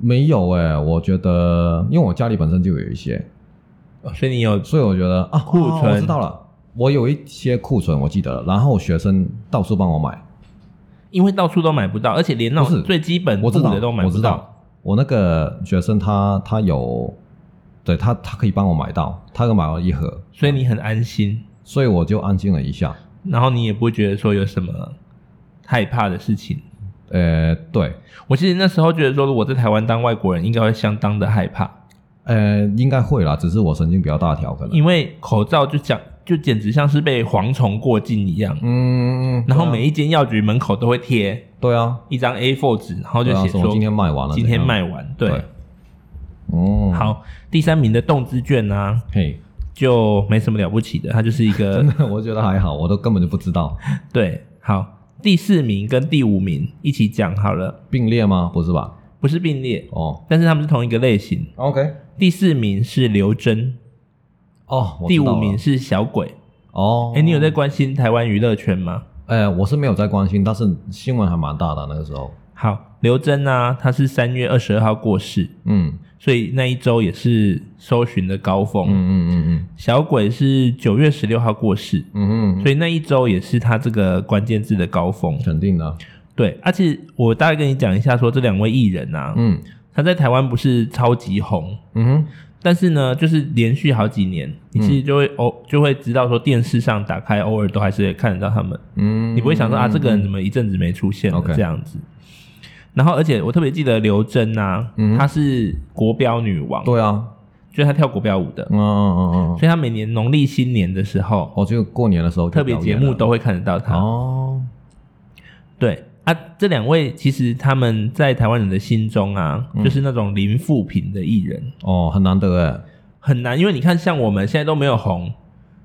Speaker 2: 没有哎、我觉得因为我家里本身就有一些，
Speaker 1: 哦所以你有
Speaker 2: 所以我觉得啊，
Speaker 1: 库
Speaker 2: 哦
Speaker 1: 存
Speaker 2: 我知道了，我有一些库存，我记得了，然后学生到处帮我买，
Speaker 1: 因为到处都买不到，而且连那
Speaker 2: 不
Speaker 1: 种
Speaker 2: 是
Speaker 1: 最基本
Speaker 2: 我
Speaker 1: 布
Speaker 2: 知道
Speaker 1: 的都买
Speaker 2: 我
Speaker 1: 不
Speaker 2: 知
Speaker 1: 到。
Speaker 2: 道，我那个学生他他有，对他他可以帮我买到，他给买了一盒，
Speaker 1: 所以你很安心，
Speaker 2: 所以我就安静了一下。
Speaker 1: 然后你也不会觉得说有什么害怕的事情。
Speaker 2: 呃，对，
Speaker 1: 我其实那时候觉得说，如果在台湾当外国人，应该会相当的害怕，
Speaker 2: 呃，应该会啦，只是我神经比较大条，可能。
Speaker 1: 因为口罩就讲就简直像是被蝗虫过境一样。
Speaker 2: 嗯，
Speaker 1: 然后
Speaker 2: 对啊
Speaker 1: 每一间药局门口都会贴
Speaker 2: 对啊，
Speaker 1: 一张 A4 纸，然后就
Speaker 2: 对啊
Speaker 1: 写
Speaker 2: 什么
Speaker 1: 说
Speaker 2: 今天卖完了，
Speaker 1: 今天
Speaker 2: 怎样。
Speaker 1: 卖完。对，
Speaker 2: 对哦，，
Speaker 1: 好，第三名的动资券呢、
Speaker 2: 嘿，
Speaker 1: 就没什么了不起的，它就是一个
Speaker 2: 真的我觉得还好，我都根本就不 知道
Speaker 1: 对，好，第四名跟第五名一起讲好了，
Speaker 2: 并列吗？不是吧？
Speaker 1: 不是并列，
Speaker 2: 哦
Speaker 1: 但是他们是同一个类型。
Speaker 2: ，OK，
Speaker 1: 第四名是刘真，
Speaker 2: 哦，我
Speaker 1: 第
Speaker 2: 知道
Speaker 1: 五
Speaker 2: 了
Speaker 1: 名是小鬼。
Speaker 2: 哦
Speaker 1: 哎、，你有在关心台湾娱乐圈吗？
Speaker 2: 呃，我是没有在关心，但是新闻还蛮大的那个时候，
Speaker 1: 好，刘真啊，他是三月二十二号过世，
Speaker 2: 嗯
Speaker 1: 所以那一周也是搜寻的高
Speaker 2: 嗯
Speaker 1: 峰。
Speaker 2: 嗯嗯嗯
Speaker 1: 小鬼是九月十六号过世，
Speaker 2: 嗯嗯，
Speaker 1: 所以那一周也是他这个关键字的高峰。
Speaker 2: 肯定的，
Speaker 1: 对，而、且我大概跟你讲一下说这两位艺人啊，
Speaker 2: 嗯
Speaker 1: 他在台湾不是超级红，
Speaker 2: 嗯哼，
Speaker 1: 但是呢，就是连续好几年，你其
Speaker 2: 嗯
Speaker 1: 实就会偶、就会知道说电视上打开，偶尔都还是可以看得到他们，啊
Speaker 2: 嗯，
Speaker 1: 你不会想说啊，这个人怎么一阵子没出现了
Speaker 2: 嗯嗯嗯
Speaker 1: 这样子。然后而且我特别记得刘真啊，
Speaker 2: 嗯
Speaker 1: 她是国标女王，
Speaker 2: 对啊，
Speaker 1: 就是她跳国标舞的，
Speaker 2: 嗯嗯嗯嗯，
Speaker 1: 所以她每年农历新年的时候，
Speaker 2: 哦，就过年的时候就
Speaker 1: 特别
Speaker 2: 表
Speaker 1: 节
Speaker 2: 演
Speaker 1: 目
Speaker 2: 了
Speaker 1: 都会看得到她。
Speaker 2: 哦，
Speaker 1: 对啊，这两位其实他们在台湾人的心中啊，就是那种零负评的艺人，
Speaker 2: 哦，很难得哎，
Speaker 1: 很难，因为你看，像我们现在都没有红，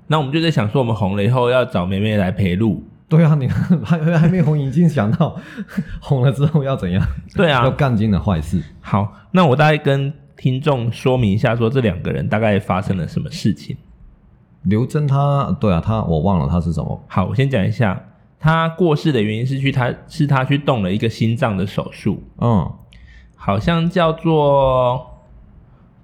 Speaker 1: 那我们就在想说，我们红了以后要找梅梅来陪路。
Speaker 2: 对啊，你 还还没红，已经想到 红了之后要怎样？
Speaker 1: 对
Speaker 2: 要
Speaker 1: 啊，
Speaker 2: 干尽了坏事。
Speaker 1: 好，那我大概跟听众说明一下，说这两个人大概发生了什么事情。
Speaker 2: 刘真他，对啊，他我忘了他是什么，
Speaker 1: 好，我先讲一下，他过世的原因是去他是他去动了一个心脏的手术，
Speaker 2: 嗯，
Speaker 1: 好像叫做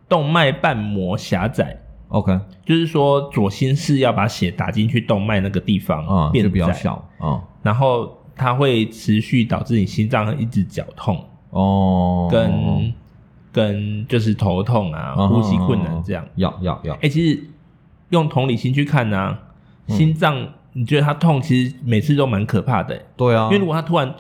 Speaker 1: 动脉瓣膜狭窄。
Speaker 2: OK，
Speaker 1: 就是说左心室要把血打进去动脉那个地方
Speaker 2: 啊、
Speaker 1: 变
Speaker 2: 就比较
Speaker 1: 窄，
Speaker 2: 小啊、
Speaker 1: 然后它会持续导致你心脏一直绞痛，
Speaker 2: 哦，
Speaker 1: 跟、跟就是头痛啊、
Speaker 2: 哦
Speaker 1: 呼吸困难这样。
Speaker 2: 要要要
Speaker 1: 哎、，其实用同理心去看呢、啊，
Speaker 2: 啊嗯
Speaker 1: 心脏、你觉得它痛，其实每次都蛮可怕的、
Speaker 2: 对啊，
Speaker 1: 因为如果它突然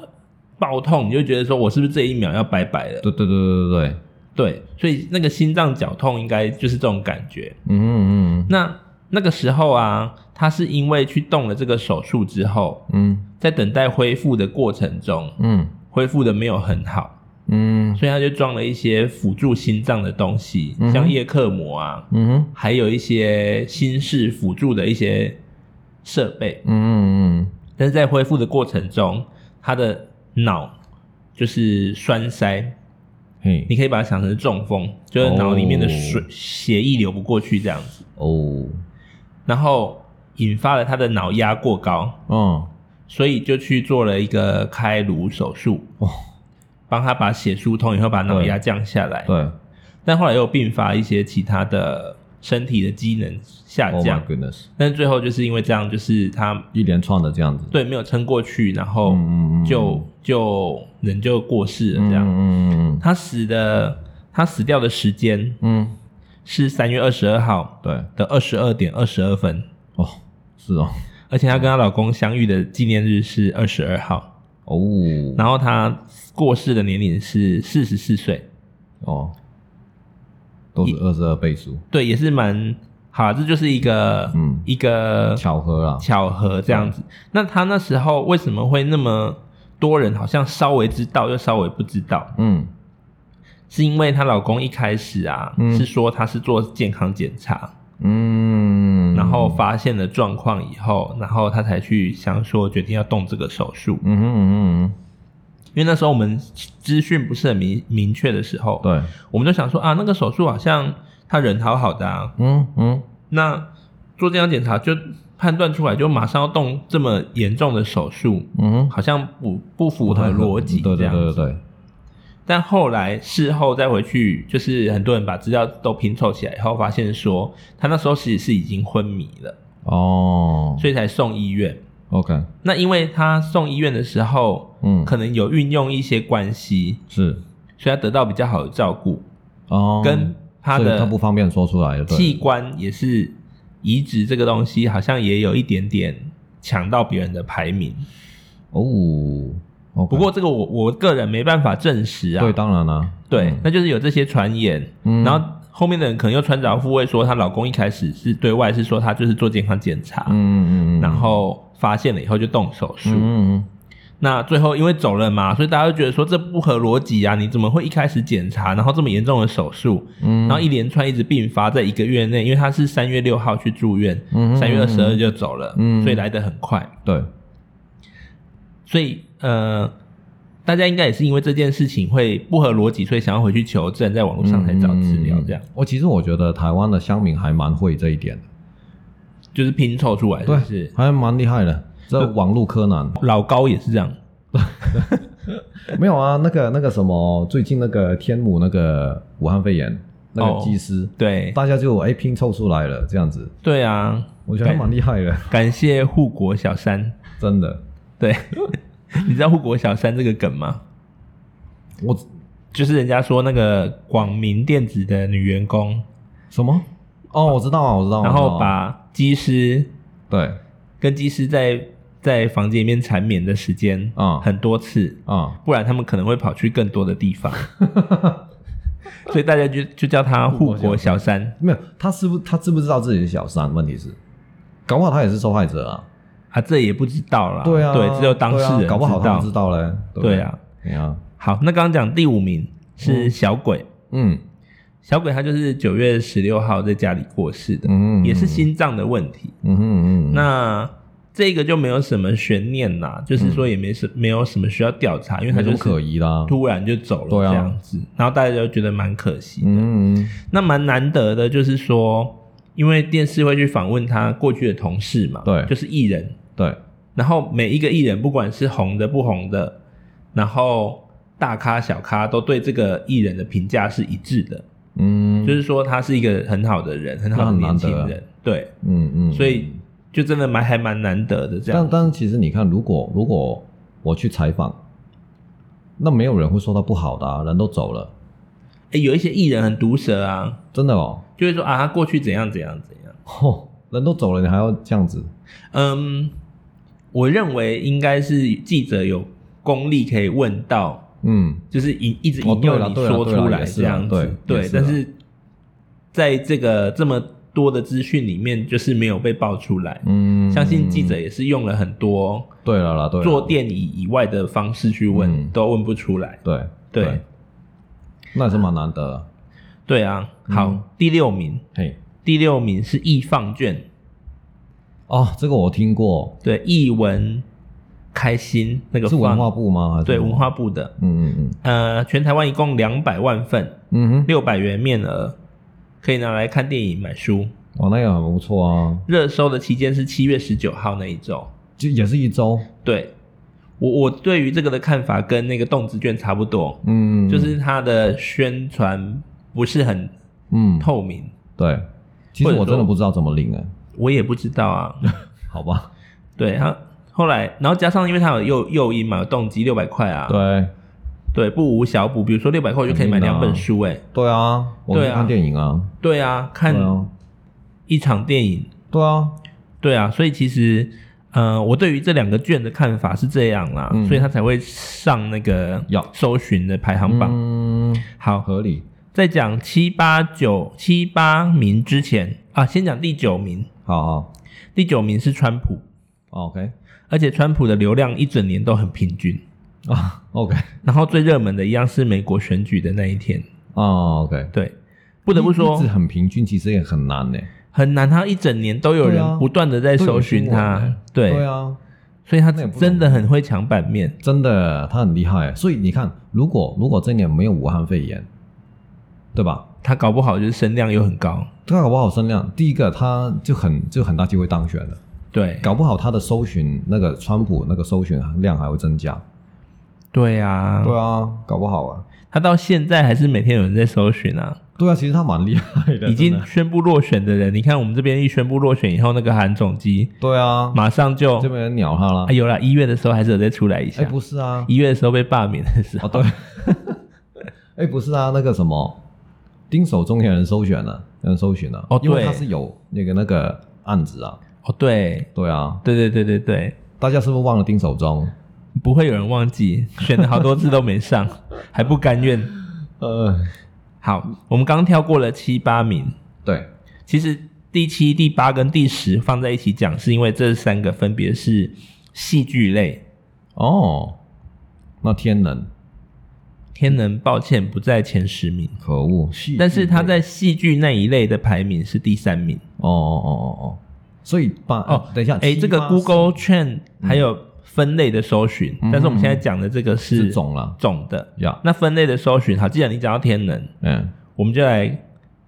Speaker 1: 爆痛，你就会觉得说我是不是这一秒要拜拜了？
Speaker 2: 对对对对对对，
Speaker 1: 对，所以那个心脏绞痛应该就是这种感觉。
Speaker 2: 嗯嗯嗯
Speaker 1: 那那个时候啊，他是因为去动了这个手术之后，
Speaker 2: 嗯
Speaker 1: 在等待恢复的过程中，
Speaker 2: 嗯
Speaker 1: 恢复的没有很好，
Speaker 2: 嗯
Speaker 1: 所以他就装了一些辅助心脏的东西，
Speaker 2: 嗯哼
Speaker 1: 像叶克膜啊，
Speaker 2: 嗯哼
Speaker 1: 还有一些心室辅助的一些设备。
Speaker 2: 嗯嗯
Speaker 1: 但是在恢复的过程中，他的脑就是栓塞，
Speaker 2: 嗯，嘿
Speaker 1: 你可以把它想成是中风，就是脑里面的水、
Speaker 2: 哦
Speaker 1: 血液流不过去这样子。
Speaker 2: 哦，
Speaker 1: 然后引发了他的脑压过高，
Speaker 2: 嗯
Speaker 1: 所以就去做了一个开颅手术，
Speaker 2: 哦，
Speaker 1: 帮他把血疏通以后，把脑压降下来。
Speaker 2: 对
Speaker 1: 但后来又并发一些其他的身体的机能下
Speaker 2: ，Oh
Speaker 1: 降
Speaker 2: my，goodness，
Speaker 1: 但是最后就是因为这样，就是他
Speaker 2: 一连串的这样子，
Speaker 1: 对没有撑过去，然后
Speaker 2: 嗯，嗯嗯嗯，
Speaker 1: 就、就人就过世了。这样，
Speaker 2: 嗯嗯嗯
Speaker 1: 他死的他死掉的时间
Speaker 2: 嗯嗯，
Speaker 1: 是三月二十二号
Speaker 2: 对，
Speaker 1: 的二十二点二十二分，
Speaker 2: 哦，是哦，
Speaker 1: 而且她跟她老公相遇的纪念日是二十二号，
Speaker 2: 哦，
Speaker 1: 然后她过世的年龄是四十四岁，
Speaker 2: 哦，都是二十二倍数，
Speaker 1: 对，也是蛮好，这就是一个
Speaker 2: 嗯
Speaker 1: 一个
Speaker 2: 巧合啦，
Speaker 1: 巧合这样子。那她那时候为什么会那么多人好像稍微知道又稍微不知道？
Speaker 2: 嗯
Speaker 1: 是因为她老公一开始啊、
Speaker 2: 嗯
Speaker 1: 是说她是做健康检查，
Speaker 2: 嗯，
Speaker 1: 然后发现了状况以后，然后她才去想说决定要动这个手术。
Speaker 2: 嗯哼嗯
Speaker 1: 因为那时候我们资讯不是很明明确的时候
Speaker 2: 哼，，对，
Speaker 1: 我们就想说啊，那个手术好像他人好好的啊，
Speaker 2: 嗯嗯
Speaker 1: 那做健康检查就判断出来，就马上要动这么严重的手术，
Speaker 2: 嗯哼，
Speaker 1: 好像不不符合逻辑
Speaker 2: 对
Speaker 1: 这
Speaker 2: 对
Speaker 1: 样。
Speaker 2: 对对对，
Speaker 1: 但后来事后再回去，就是很多人把资料都拼凑起来以后，发现说他那时候其实是已经昏迷了，
Speaker 2: 哦，
Speaker 1: 所以才送医院。
Speaker 2: OK，
Speaker 1: 那因为他送医院的时候，
Speaker 2: 嗯，
Speaker 1: 可能有运用一些关系，
Speaker 2: 是
Speaker 1: 所以他得到比较好的照顾，
Speaker 2: 哦，
Speaker 1: 跟他
Speaker 2: 所以
Speaker 1: 的
Speaker 2: 他不方便说出来，对
Speaker 1: 器官也是移植这个东西，好像也有一点点抢到别人的排名。
Speaker 2: 哦，OK，
Speaker 1: 不过这个我我个人没办法证实啊，
Speaker 2: 对，当然啦，
Speaker 1: 对那就是有这些传言，
Speaker 2: 嗯
Speaker 1: 然后后面的人可能又穿凿附会说，她老公一开始是对外是说她就是做健康检查，
Speaker 2: 嗯嗯嗯嗯，
Speaker 1: 然后发现了以后就动手术，
Speaker 2: 嗯嗯
Speaker 1: 那最后因为走了嘛，所以大家就觉得说这不合逻辑啊，你怎么会一开始检查，然后这么严重的手术，
Speaker 2: 嗯，
Speaker 1: 然后一连串一直并发，在一个月内，因为他是三月六号去住院，
Speaker 2: 嗯
Speaker 1: 三月二十二就走了，
Speaker 2: 嗯
Speaker 1: 所以来得很快。
Speaker 2: 对，
Speaker 1: 所以呃，大家应该也是因为这件事情会不合逻辑，所以想要回去求证，在网络上才找资料，这样、
Speaker 2: 我嗯哦其实我觉得台湾的乡民还蛮会这一点的，
Speaker 1: 就是拼凑出来，是
Speaker 2: 对，
Speaker 1: 不是？
Speaker 2: 还蛮厉害的。这网络柯南
Speaker 1: 老高也是这样，
Speaker 2: 没有啊？那个那个什么，最近那个天母那个武汉肺炎那
Speaker 1: 哦
Speaker 2: 个技师，
Speaker 1: 对
Speaker 2: 大家就哎拼凑出来了，这样子，
Speaker 1: 对啊，
Speaker 2: 我觉得还蛮厉害的，
Speaker 1: 感谢护国小三，
Speaker 2: 真的。
Speaker 1: 对， 你知道护国小三这个梗吗？
Speaker 2: 我
Speaker 1: 就是人家说那个广明电子的女员工，
Speaker 2: 什么？哦哦，我知道啊，我知道啊。
Speaker 1: 然
Speaker 2: 我知道
Speaker 1: 后
Speaker 2: 啊
Speaker 1: 把机师
Speaker 2: 对
Speaker 1: 跟技师在在房间里面缠绵的时间
Speaker 2: 啊
Speaker 1: 很多次，
Speaker 2: 啊，
Speaker 1: 不然他们可能会跑去更多的地 方。所以大家就就叫他护国小三
Speaker 2: 没有，他知不他知不知道自己是小三？问题是，搞不好他也是受害者啊。
Speaker 1: 啊，这也不知道啦。
Speaker 2: 对啊，
Speaker 1: 对，只有当事人
Speaker 2: 对啊搞不好
Speaker 1: 知
Speaker 2: 他
Speaker 1: 道
Speaker 2: 们知道嘞。不
Speaker 1: 对啊，
Speaker 2: 对啊，
Speaker 1: 好，那刚刚讲第五名是小鬼，
Speaker 2: 嗯
Speaker 1: 小鬼他就是九月十六号在家里过世的，
Speaker 2: 嗯嗯
Speaker 1: 也是心脏的问题。
Speaker 2: 嗯嗯嗯，
Speaker 1: 那这个就没有什么悬念啦，就是说也没什、没有什么需要调查，因为他
Speaker 2: 没什
Speaker 1: 就
Speaker 2: 么嗯可
Speaker 1: 是
Speaker 2: 疑啦。
Speaker 1: 突然就走了
Speaker 2: 对啊
Speaker 1: 这样子，然后大家就觉得蛮可惜的。
Speaker 2: 嗯嗯
Speaker 1: 那蛮难得的，就是说，因为电视会去访问他过去的同事嘛，
Speaker 2: 对
Speaker 1: 就是艺人，
Speaker 2: 对，
Speaker 1: 然后每一个艺人，不管是红的不红的，然后大咖小咖都对这个艺人的评价是一致的，
Speaker 2: 嗯，
Speaker 1: 就是说他是一个很好的人，很好的年轻
Speaker 2: 那很难啊
Speaker 1: 人，对，
Speaker 2: 嗯嗯，
Speaker 1: 所以就真的蛮还蛮难得的这
Speaker 2: 但
Speaker 1: 样。
Speaker 2: 但其实你看，如果如果我去采访，那没有人会说他不好的、啊，人都走了，
Speaker 1: 诶哎有一些艺人很毒舌啊，
Speaker 2: 真的哦，
Speaker 1: 就会说啊，他过去怎样怎样怎样。
Speaker 2: 吼，人都走了，你还要这样子？
Speaker 1: 嗯，我认为应该是记者有功力可以问到，
Speaker 2: 嗯，
Speaker 1: 就是引一直
Speaker 2: 哦
Speaker 1: 引
Speaker 2: 对
Speaker 1: 诱
Speaker 2: 啦
Speaker 1: 你
Speaker 2: 对啦
Speaker 1: 说
Speaker 2: 对啦
Speaker 1: 出来
Speaker 2: 也是
Speaker 1: 这
Speaker 2: 啦
Speaker 1: 样子，
Speaker 2: 对
Speaker 1: 对
Speaker 2: 也是。啊
Speaker 1: 但
Speaker 2: 啦
Speaker 1: 是在这个这么多的资讯里面，就是没有被爆出来。
Speaker 2: 嗯，
Speaker 1: 相信记者也是用了很多
Speaker 2: 对了啦，对啦，
Speaker 1: 做电影以外的方式去问，
Speaker 2: 嗯
Speaker 1: 都问不出来。
Speaker 2: 对
Speaker 1: 对，
Speaker 2: 那也是蛮难得的。
Speaker 1: 对啊，好，
Speaker 2: 嗯
Speaker 1: 第六名，
Speaker 2: 嘿，
Speaker 1: 第六名是易放卷，
Speaker 2: 哦，这个我听过，
Speaker 1: 对，易文开心那个
Speaker 2: 是文
Speaker 1: 放
Speaker 2: 化部吗？还是
Speaker 1: 对文，化部的，
Speaker 2: 嗯嗯
Speaker 1: 呃，全台湾一共两百万份，
Speaker 2: 嗯嗯哼，
Speaker 1: 六百元面额，可以拿来看电影、买书。
Speaker 2: 哦，那也很不错啊，
Speaker 1: 热搜的期间是七月十九号那一周。
Speaker 2: 就也是一周，
Speaker 1: 对我，我对于这个的看法跟那个动子卷差不多，
Speaker 2: 嗯，
Speaker 1: 就是它的宣传不是很
Speaker 2: 嗯，
Speaker 1: 透明，
Speaker 2: 对，其实
Speaker 1: 或者
Speaker 2: 我真的
Speaker 1: 说
Speaker 2: 不知道怎么领哎、
Speaker 1: 我也不知道啊。
Speaker 2: 好吧，
Speaker 1: 对他后来，然后加上因为它有诱诱因嘛，有动机六百块啊，
Speaker 2: 对
Speaker 1: 对，不无小补。比如说六百块，我就可以买
Speaker 2: 肯定的
Speaker 1: 两
Speaker 2: 啊
Speaker 1: 本书、欸，
Speaker 2: 对啊，我
Speaker 1: 对
Speaker 2: 去
Speaker 1: 啊
Speaker 2: 看电影啊，
Speaker 1: 对啊，看
Speaker 2: 对啊，
Speaker 1: 一场电影，
Speaker 2: 对啊，
Speaker 1: 对啊，所以其实，呃，我对于这两个卷的看法是这样啦，
Speaker 2: 嗯
Speaker 1: 所以他才会上那个
Speaker 2: 要
Speaker 1: 搜寻的排行榜。
Speaker 2: 嗯，
Speaker 1: 好，
Speaker 2: 合理，
Speaker 1: 在讲七八九七八名之前啊，先讲第九名，
Speaker 2: 好好哦
Speaker 1: 第九名是川普，
Speaker 2: ，OK
Speaker 1: 而且川普的流量一整年都很平均。
Speaker 2: 啊，OK
Speaker 1: 然后最热门的一样是美国选举的那一天，
Speaker 2: 啊，OK，
Speaker 1: 对，不得不
Speaker 2: 一直
Speaker 1: 说
Speaker 2: 很平均，其实也很难欸呢、
Speaker 1: 很难，他一整年都有
Speaker 2: 对啊
Speaker 1: 人不断的在
Speaker 2: 都有
Speaker 1: 搜寻
Speaker 2: 新闻
Speaker 1: 他
Speaker 2: 欸，
Speaker 1: 对，
Speaker 2: 对啊，
Speaker 1: 所以他
Speaker 2: 那也不容易
Speaker 1: 真的很会抢版面。
Speaker 2: 真的，他很厉害。所以你看，如果如果这一年没有武汉肺炎，对吧？
Speaker 1: 他搞不好就是声量又很高，
Speaker 2: 他搞不好声量，第一个他就很就很大机会当选了，
Speaker 1: 对，
Speaker 2: 搞不好他的搜寻那个川普那个搜寻量还会增加。
Speaker 1: 对啊，
Speaker 2: 对啊，搞不好啊。
Speaker 1: 他到现在还是每天有人在搜寻啊，
Speaker 2: 对啊，其实他蛮厉害的，
Speaker 1: 已
Speaker 2: 真
Speaker 1: 经
Speaker 2: 的
Speaker 1: 宣布落选的人，你看我们这边一宣布落选以后，那个韩总机
Speaker 2: 对啊，
Speaker 1: 马上就
Speaker 2: 这，边人鸟他了
Speaker 1: 啊。有啦，一月的时候还是有再出来一下
Speaker 2: 哎，，不是啊，
Speaker 1: 一月的时候被罢免的时
Speaker 2: 哦
Speaker 1: 候，
Speaker 2: 对，哎不是啊，那个什么，丁守中有人搜选了，有人搜寻了，
Speaker 1: 哦
Speaker 2: 因为
Speaker 1: 对
Speaker 2: 他是有那个那个案子啊。
Speaker 1: 哦对，
Speaker 2: 对啊，
Speaker 1: 对对对对对，
Speaker 2: 大家是不是忘了丁守中？
Speaker 1: 不会有人忘 记，选了好多次都没上，还不甘愿。
Speaker 2: 呃，
Speaker 1: 好，我们刚跳过了七八名，
Speaker 2: 对，
Speaker 1: 其实第七、第八跟第十放在一起讲，是因为这三个分别是戏剧类。
Speaker 2: 哦，那天能
Speaker 1: 天能抱歉不在前十名，
Speaker 2: 可恶，戏
Speaker 1: 但是
Speaker 2: 剧
Speaker 1: 他
Speaker 2: 类
Speaker 1: 在戏剧那一类的排名是第三名。
Speaker 2: 哦哦哦哦哦，所以把
Speaker 1: 哦
Speaker 2: 等一下，
Speaker 1: 哎、
Speaker 2: 七
Speaker 1: 这个
Speaker 2: 八
Speaker 1: Google Trend 还有分类的搜寻，
Speaker 2: 嗯
Speaker 1: 但是我们现在讲的这个是
Speaker 2: 是总了
Speaker 1: 总的。
Speaker 2: 呀，
Speaker 1: 那分类的搜寻，好，既然你讲到天能，
Speaker 2: 嗯，
Speaker 1: 我们就来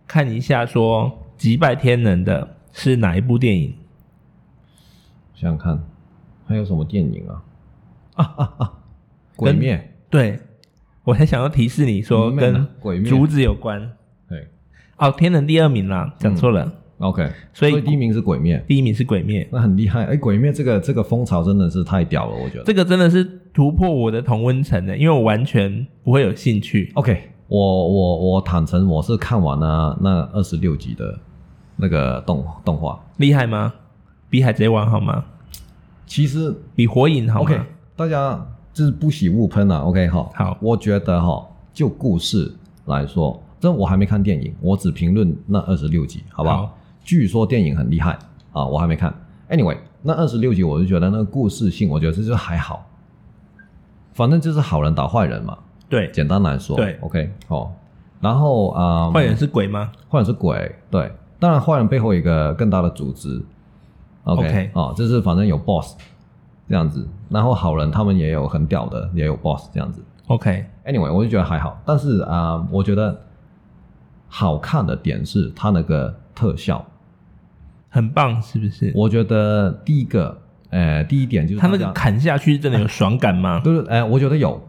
Speaker 1: 看一下说击败天能的是哪一部电影？
Speaker 2: 想想看，还有什么电影啊？啊啊啊！鬼
Speaker 1: 跟
Speaker 2: 灭，
Speaker 1: 对我还想要提示你说
Speaker 2: 你们呢
Speaker 1: 跟
Speaker 2: 鬼灭
Speaker 1: 竹子有关。
Speaker 2: 对
Speaker 1: 哦，天能第二名啦，讲错了，
Speaker 2: ，OK，
Speaker 1: 所以
Speaker 2: 嗯第一名是鬼灭，
Speaker 1: 第一名是鬼灭。
Speaker 2: 那很厉害。哎，鬼灭这个这个风潮真的是太屌了，我觉得。
Speaker 1: 这个真的是突破我的同温层的，因为我完全不会有兴趣。
Speaker 2: OK，我我我坦诚，我是看完了那二十六集的那个动动画，
Speaker 1: 厉害吗？比海贼王好吗？
Speaker 2: 其实
Speaker 1: 比火影好吗
Speaker 2: OK，大家就是不喜勿喷啊。OK 哈，
Speaker 1: 好
Speaker 2: 我觉得哈，就故事来说，这我还没看电影，我只评论那二十六集，好不好？
Speaker 1: 好
Speaker 2: 据说电影很厉害啊，我还没看。Anyway，那二十六集我就觉得那个故事性，我觉得这就还好，反正就是好人打坏人嘛，
Speaker 1: 对，
Speaker 2: 简单来说，
Speaker 1: 对
Speaker 2: ，OK，好。然后啊，
Speaker 1: 坏人是鬼吗？
Speaker 2: 坏人是鬼，对，当然坏人背后有一个更大的组织，OK，,
Speaker 1: OK
Speaker 2: 哦，就是反正有 boss 这样子，然后好人他们也有很屌的，也有 boss 这样子。
Speaker 1: OK，
Speaker 2: Anyway，我就觉得还好，但是啊、我觉得好看的点是它那个特效，
Speaker 1: 很棒，是不是？
Speaker 2: 我觉得第一个，呃，第一点就是
Speaker 1: 他那
Speaker 2: 大
Speaker 1: 个
Speaker 2: 家，
Speaker 1: 砍下去真的有爽感 吗
Speaker 2: 就是呃，我觉得有，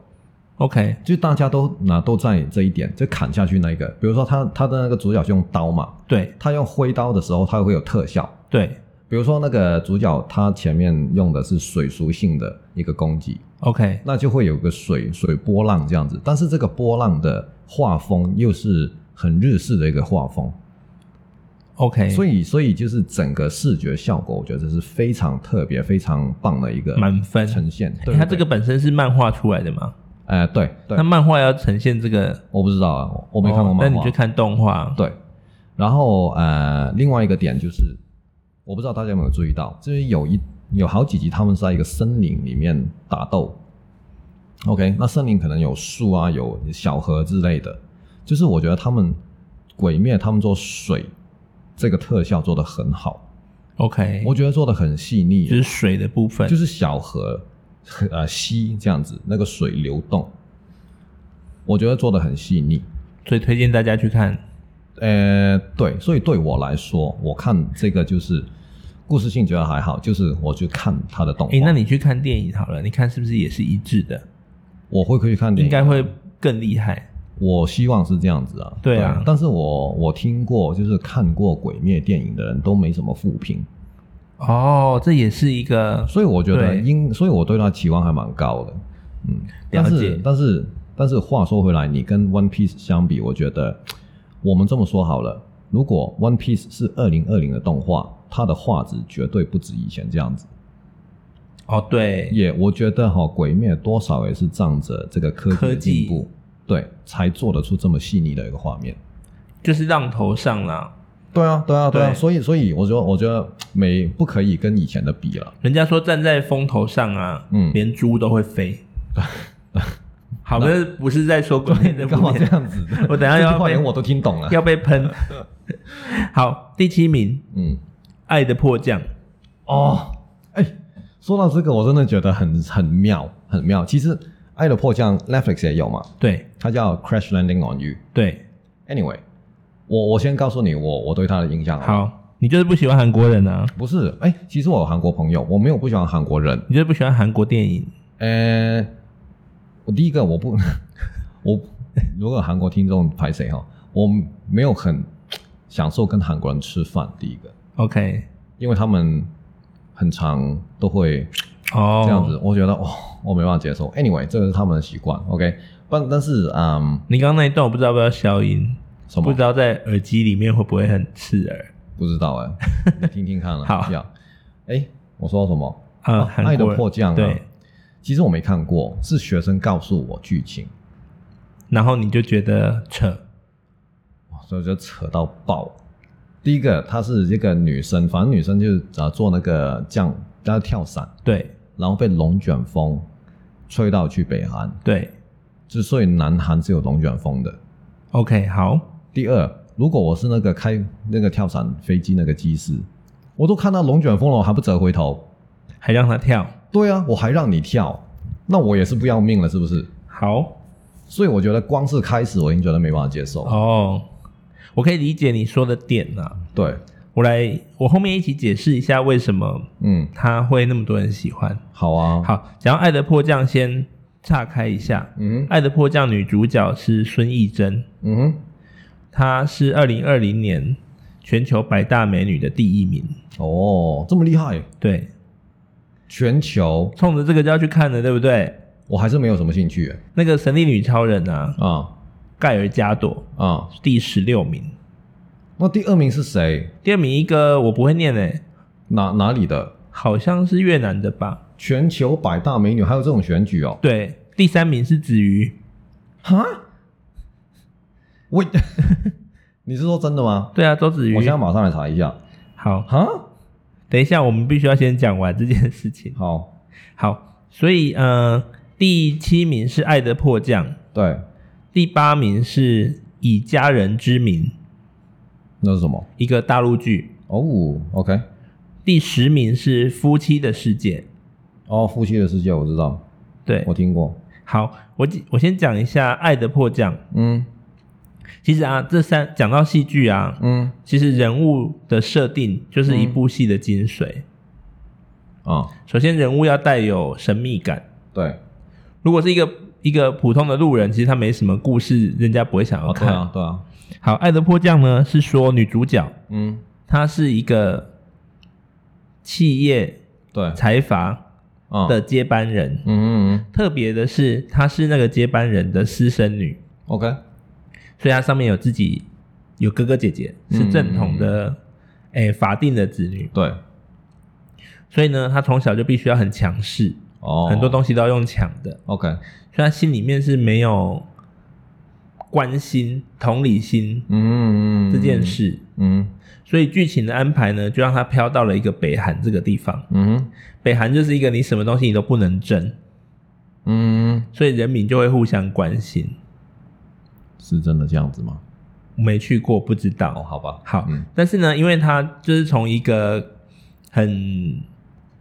Speaker 1: ？OK，
Speaker 2: 就大家都哪都在这一点，就砍下去那一个，比如说他他的那个主角是用刀嘛，
Speaker 1: 对
Speaker 2: 他用挥刀的时候，他会有特效。
Speaker 1: 对
Speaker 2: 比如说那个主角他前面用的是水属性的一个攻击，
Speaker 1: ，OK，
Speaker 2: 那就会有个水水波浪这样子，但是这个波浪的画风又是很日式的一个画风，
Speaker 1: OK，
Speaker 2: 所
Speaker 1: 以
Speaker 2: 以所以就是整个视觉效果，我觉得这是非常特别、非常棒的一个
Speaker 1: 满分。欸
Speaker 2: 呈现。对，
Speaker 1: 哎他
Speaker 2: 对
Speaker 1: 这个本身是漫画出来的嘛？
Speaker 2: 哎、对对
Speaker 1: 那，漫画要呈现这个，
Speaker 2: 我不知道啊，我我没看过
Speaker 1: 哦
Speaker 2: 漫
Speaker 1: 那
Speaker 2: 画，
Speaker 1: 你就看动画。
Speaker 2: 对，然后呃，另外一个点就是，我不知道大家有没有注意到，就是有一有好几集他们是在一个森林里面打斗。OK，那森林可能有树啊，有小河之类的。就是我觉得他们鬼灭他们做水这个特效做得很好，
Speaker 1: ，OK，
Speaker 2: 我觉得做得很细腻，
Speaker 1: 就是水的部分，
Speaker 2: 就是小河呃溪这样子，那个水流动，我觉得做得很细腻。
Speaker 1: 所以推荐大家去看。
Speaker 2: 呃，对，所以对我来说，我看这个就是故事性觉得还好，就是我去看他的动画，
Speaker 1: 诶，欸那你去看电影好了，你看是不是也是一致的？
Speaker 2: 我会去看电
Speaker 1: 应
Speaker 2: 影。
Speaker 1: 该会更厉害。
Speaker 2: 我希望是这样子啊，
Speaker 1: 对啊
Speaker 2: 但是我我听过，就是看过《鬼灭》电影的人都没什么负评，
Speaker 1: 哦，这也是一个
Speaker 2: 所以我觉得
Speaker 1: 对
Speaker 2: 应，所以我对他期望还蛮高的，嗯，但
Speaker 1: 了
Speaker 2: 是
Speaker 1: 解
Speaker 2: 但是但是话说回来，你跟 One Piece 相比，我觉得我们这么说好了，如果 One Piece 是二零二零的动画，它的画质绝对不止以前这样子。
Speaker 1: 哦，对
Speaker 2: 也我觉得哈、鬼灭多少也是仗着这个科技
Speaker 1: 科
Speaker 2: 的
Speaker 1: 技
Speaker 2: 进步，对，才做得出这么细腻的一个画面。
Speaker 1: 就是浪头上啦。
Speaker 2: 对啊，对啊，对啊，
Speaker 1: 对
Speaker 2: 所以所以我觉得我觉得没不可以跟以前的比了。
Speaker 1: 人家说站在风头上啊，
Speaker 2: 嗯
Speaker 1: 连猪都会 飞。好，那不是在说鬼灭 的
Speaker 2: 干
Speaker 1: 部
Speaker 2: 嘛这
Speaker 1: 分
Speaker 2: 样子？
Speaker 1: 我等一下
Speaker 2: 这
Speaker 1: 要
Speaker 2: 句话
Speaker 1: 被
Speaker 2: 连我都听懂了。
Speaker 1: 要被 喷。好，第七名，
Speaker 2: 嗯，
Speaker 1: 《爱的迫降》
Speaker 2: 哦，哎，说到这个，我真的觉得很很妙，很妙。其实《爱的迫降》Netflix 也有嘛，
Speaker 1: 对
Speaker 2: 它叫《Crash Landing on You
Speaker 1: 对，》。
Speaker 2: Anyway，我我先告诉你我我对它的印象。，啊
Speaker 1: 好，你就是不喜欢韩国人啊，
Speaker 2: 不是，哎，其实我有韩国朋友，我没有不喜欢韩国人。
Speaker 1: 你就是不喜欢韩国电影。
Speaker 2: 呃，我第一个我不， 我如果韩国听众排谁哈，我没有很享受跟韩国人吃饭。第一个，
Speaker 1: OK，
Speaker 2: 因为他们很常都会
Speaker 1: 哦，
Speaker 2: 这样子，。我觉得哦，我没办法接受。Anyway，这个是他们的习惯。OK，但但是嗯，
Speaker 1: 你刚刚那一段我不知道要不要消音，
Speaker 2: 什么
Speaker 1: 不知道在耳机里面会不会很刺耳。
Speaker 2: 不知道 哎、你听听看了。
Speaker 1: 好
Speaker 2: 要哎，我说什么？
Speaker 1: 啊
Speaker 2: 哦
Speaker 1: 韩
Speaker 2: 爱的
Speaker 1: 国人
Speaker 2: 迫降、啊。
Speaker 1: 对，
Speaker 2: 其实我没看过，是学生告诉我剧情。
Speaker 1: 然后你就觉得扯，
Speaker 2: 哇所以就扯到爆。第一个，她是这个女生，反正女生就是呃做那个降，她跳伞，
Speaker 1: 对
Speaker 2: 然后被龙卷风吹到去北韩，
Speaker 1: 对
Speaker 2: 之所以南韩是有龙卷风的。
Speaker 1: ，OK，好，
Speaker 2: 第二，如果我是那个开那个跳伞飞机那个机师，我都看到龙卷风了，我还不折回头？
Speaker 1: 还让他跳，
Speaker 2: 对啊，我还让你跳，那我也是不要命了，是不是？
Speaker 1: 好
Speaker 2: 所以我觉得光是开始我已经觉得没办法接受。
Speaker 1: 哦，我可以理解你说的点啊。
Speaker 2: 对，
Speaker 1: 我来，我后面一起解释一下为什么
Speaker 2: 嗯，
Speaker 1: 他会那么多人喜欢。
Speaker 2: 好啊，，
Speaker 1: 好，讲到《爱的迫降》，先岔开一下，
Speaker 2: 嗯
Speaker 1: 《爱的迫降》女主角是孙艺珍，
Speaker 2: 嗯哼，
Speaker 1: 她是二零二零年全球百大美女的第一名。
Speaker 2: 哦，这么厉害。
Speaker 1: 对，
Speaker 2: 全球
Speaker 1: 冲着这个就要去看的，对不对？
Speaker 2: 我还是没有什么兴趣欸
Speaker 1: 那个神力女超人啊，
Speaker 2: 啊
Speaker 1: 盖尔加朵
Speaker 2: 啊。
Speaker 1: 第十六名，
Speaker 2: 那第二名是谁？
Speaker 1: 第二名一个我不会念诶、
Speaker 2: 哪哪里的？
Speaker 1: 好像是越南的吧？
Speaker 2: 全球百大美女还有这种选举哦？
Speaker 1: 对，第三名是子瑜，
Speaker 2: 哈？我， 你是说真的吗？
Speaker 1: 对啊，周子瑜
Speaker 2: 我。现在马上来查一下。
Speaker 1: 好，
Speaker 2: 哈？
Speaker 1: 等一下，我们必须要先讲完这件事情。
Speaker 2: 好，
Speaker 1: 好， 所以呃，第七名是《爱的迫降》，
Speaker 2: 对，
Speaker 1: 第八名是《以家人之名》，
Speaker 2: 那是什么？
Speaker 1: 一个大陆剧；
Speaker 2: 哦，OK，
Speaker 1: 第十名是《夫妻的世界》。
Speaker 2: 哦，夫妻的世界我知道，
Speaker 1: 对
Speaker 2: 我，听过。
Speaker 1: 好，我记我先讲一下《爱的迫降》。
Speaker 2: 嗯
Speaker 1: 其实啊，这三讲到戏剧啊，
Speaker 2: 嗯
Speaker 1: 其实人物的设定就是一部戏的精髓。
Speaker 2: 啊，
Speaker 1: 首先，人物要带有神秘感。
Speaker 2: 对，
Speaker 1: 如果是一个一个普通的路人，其实他没什么故事，人家不会想要
Speaker 2: 啊对
Speaker 1: 看。
Speaker 2: 啊对啊，
Speaker 1: 好，《爱的迫降》呢是说女主角
Speaker 2: 嗯
Speaker 1: 她是一个企业
Speaker 2: 对
Speaker 1: 财阀
Speaker 2: 啊
Speaker 1: 的接班人，
Speaker 2: 嗯嗯嗯
Speaker 1: 特别的是她是那个接班人的私生女，
Speaker 2: ，OK，
Speaker 1: 所以她上面有自己有哥哥姐姐，
Speaker 2: 嗯
Speaker 1: 是正统的诶、法定的子女，
Speaker 2: 对，
Speaker 1: 所以呢，她从小就必须要很强势，
Speaker 2: 哦，
Speaker 1: 很多东西都要用抢的，
Speaker 2: OK，
Speaker 1: 所以她心里面是没有关心、同理心
Speaker 2: 嗯嗯嗯，
Speaker 1: 这件，事。
Speaker 2: 嗯
Speaker 1: 所以剧情的安排呢，就让他飘到了一个北韩这个地方。
Speaker 2: 嗯
Speaker 1: 北韩就是一个你什么东西你都不能争，
Speaker 2: 嗯，
Speaker 1: 所以人民就会互相关心。
Speaker 2: 是真的这样子吗？
Speaker 1: 我没去过，不知
Speaker 2: 哦，
Speaker 1: 道。
Speaker 2: 好吧，
Speaker 1: 好，
Speaker 2: 嗯
Speaker 1: 但是呢，因为他就是从一个很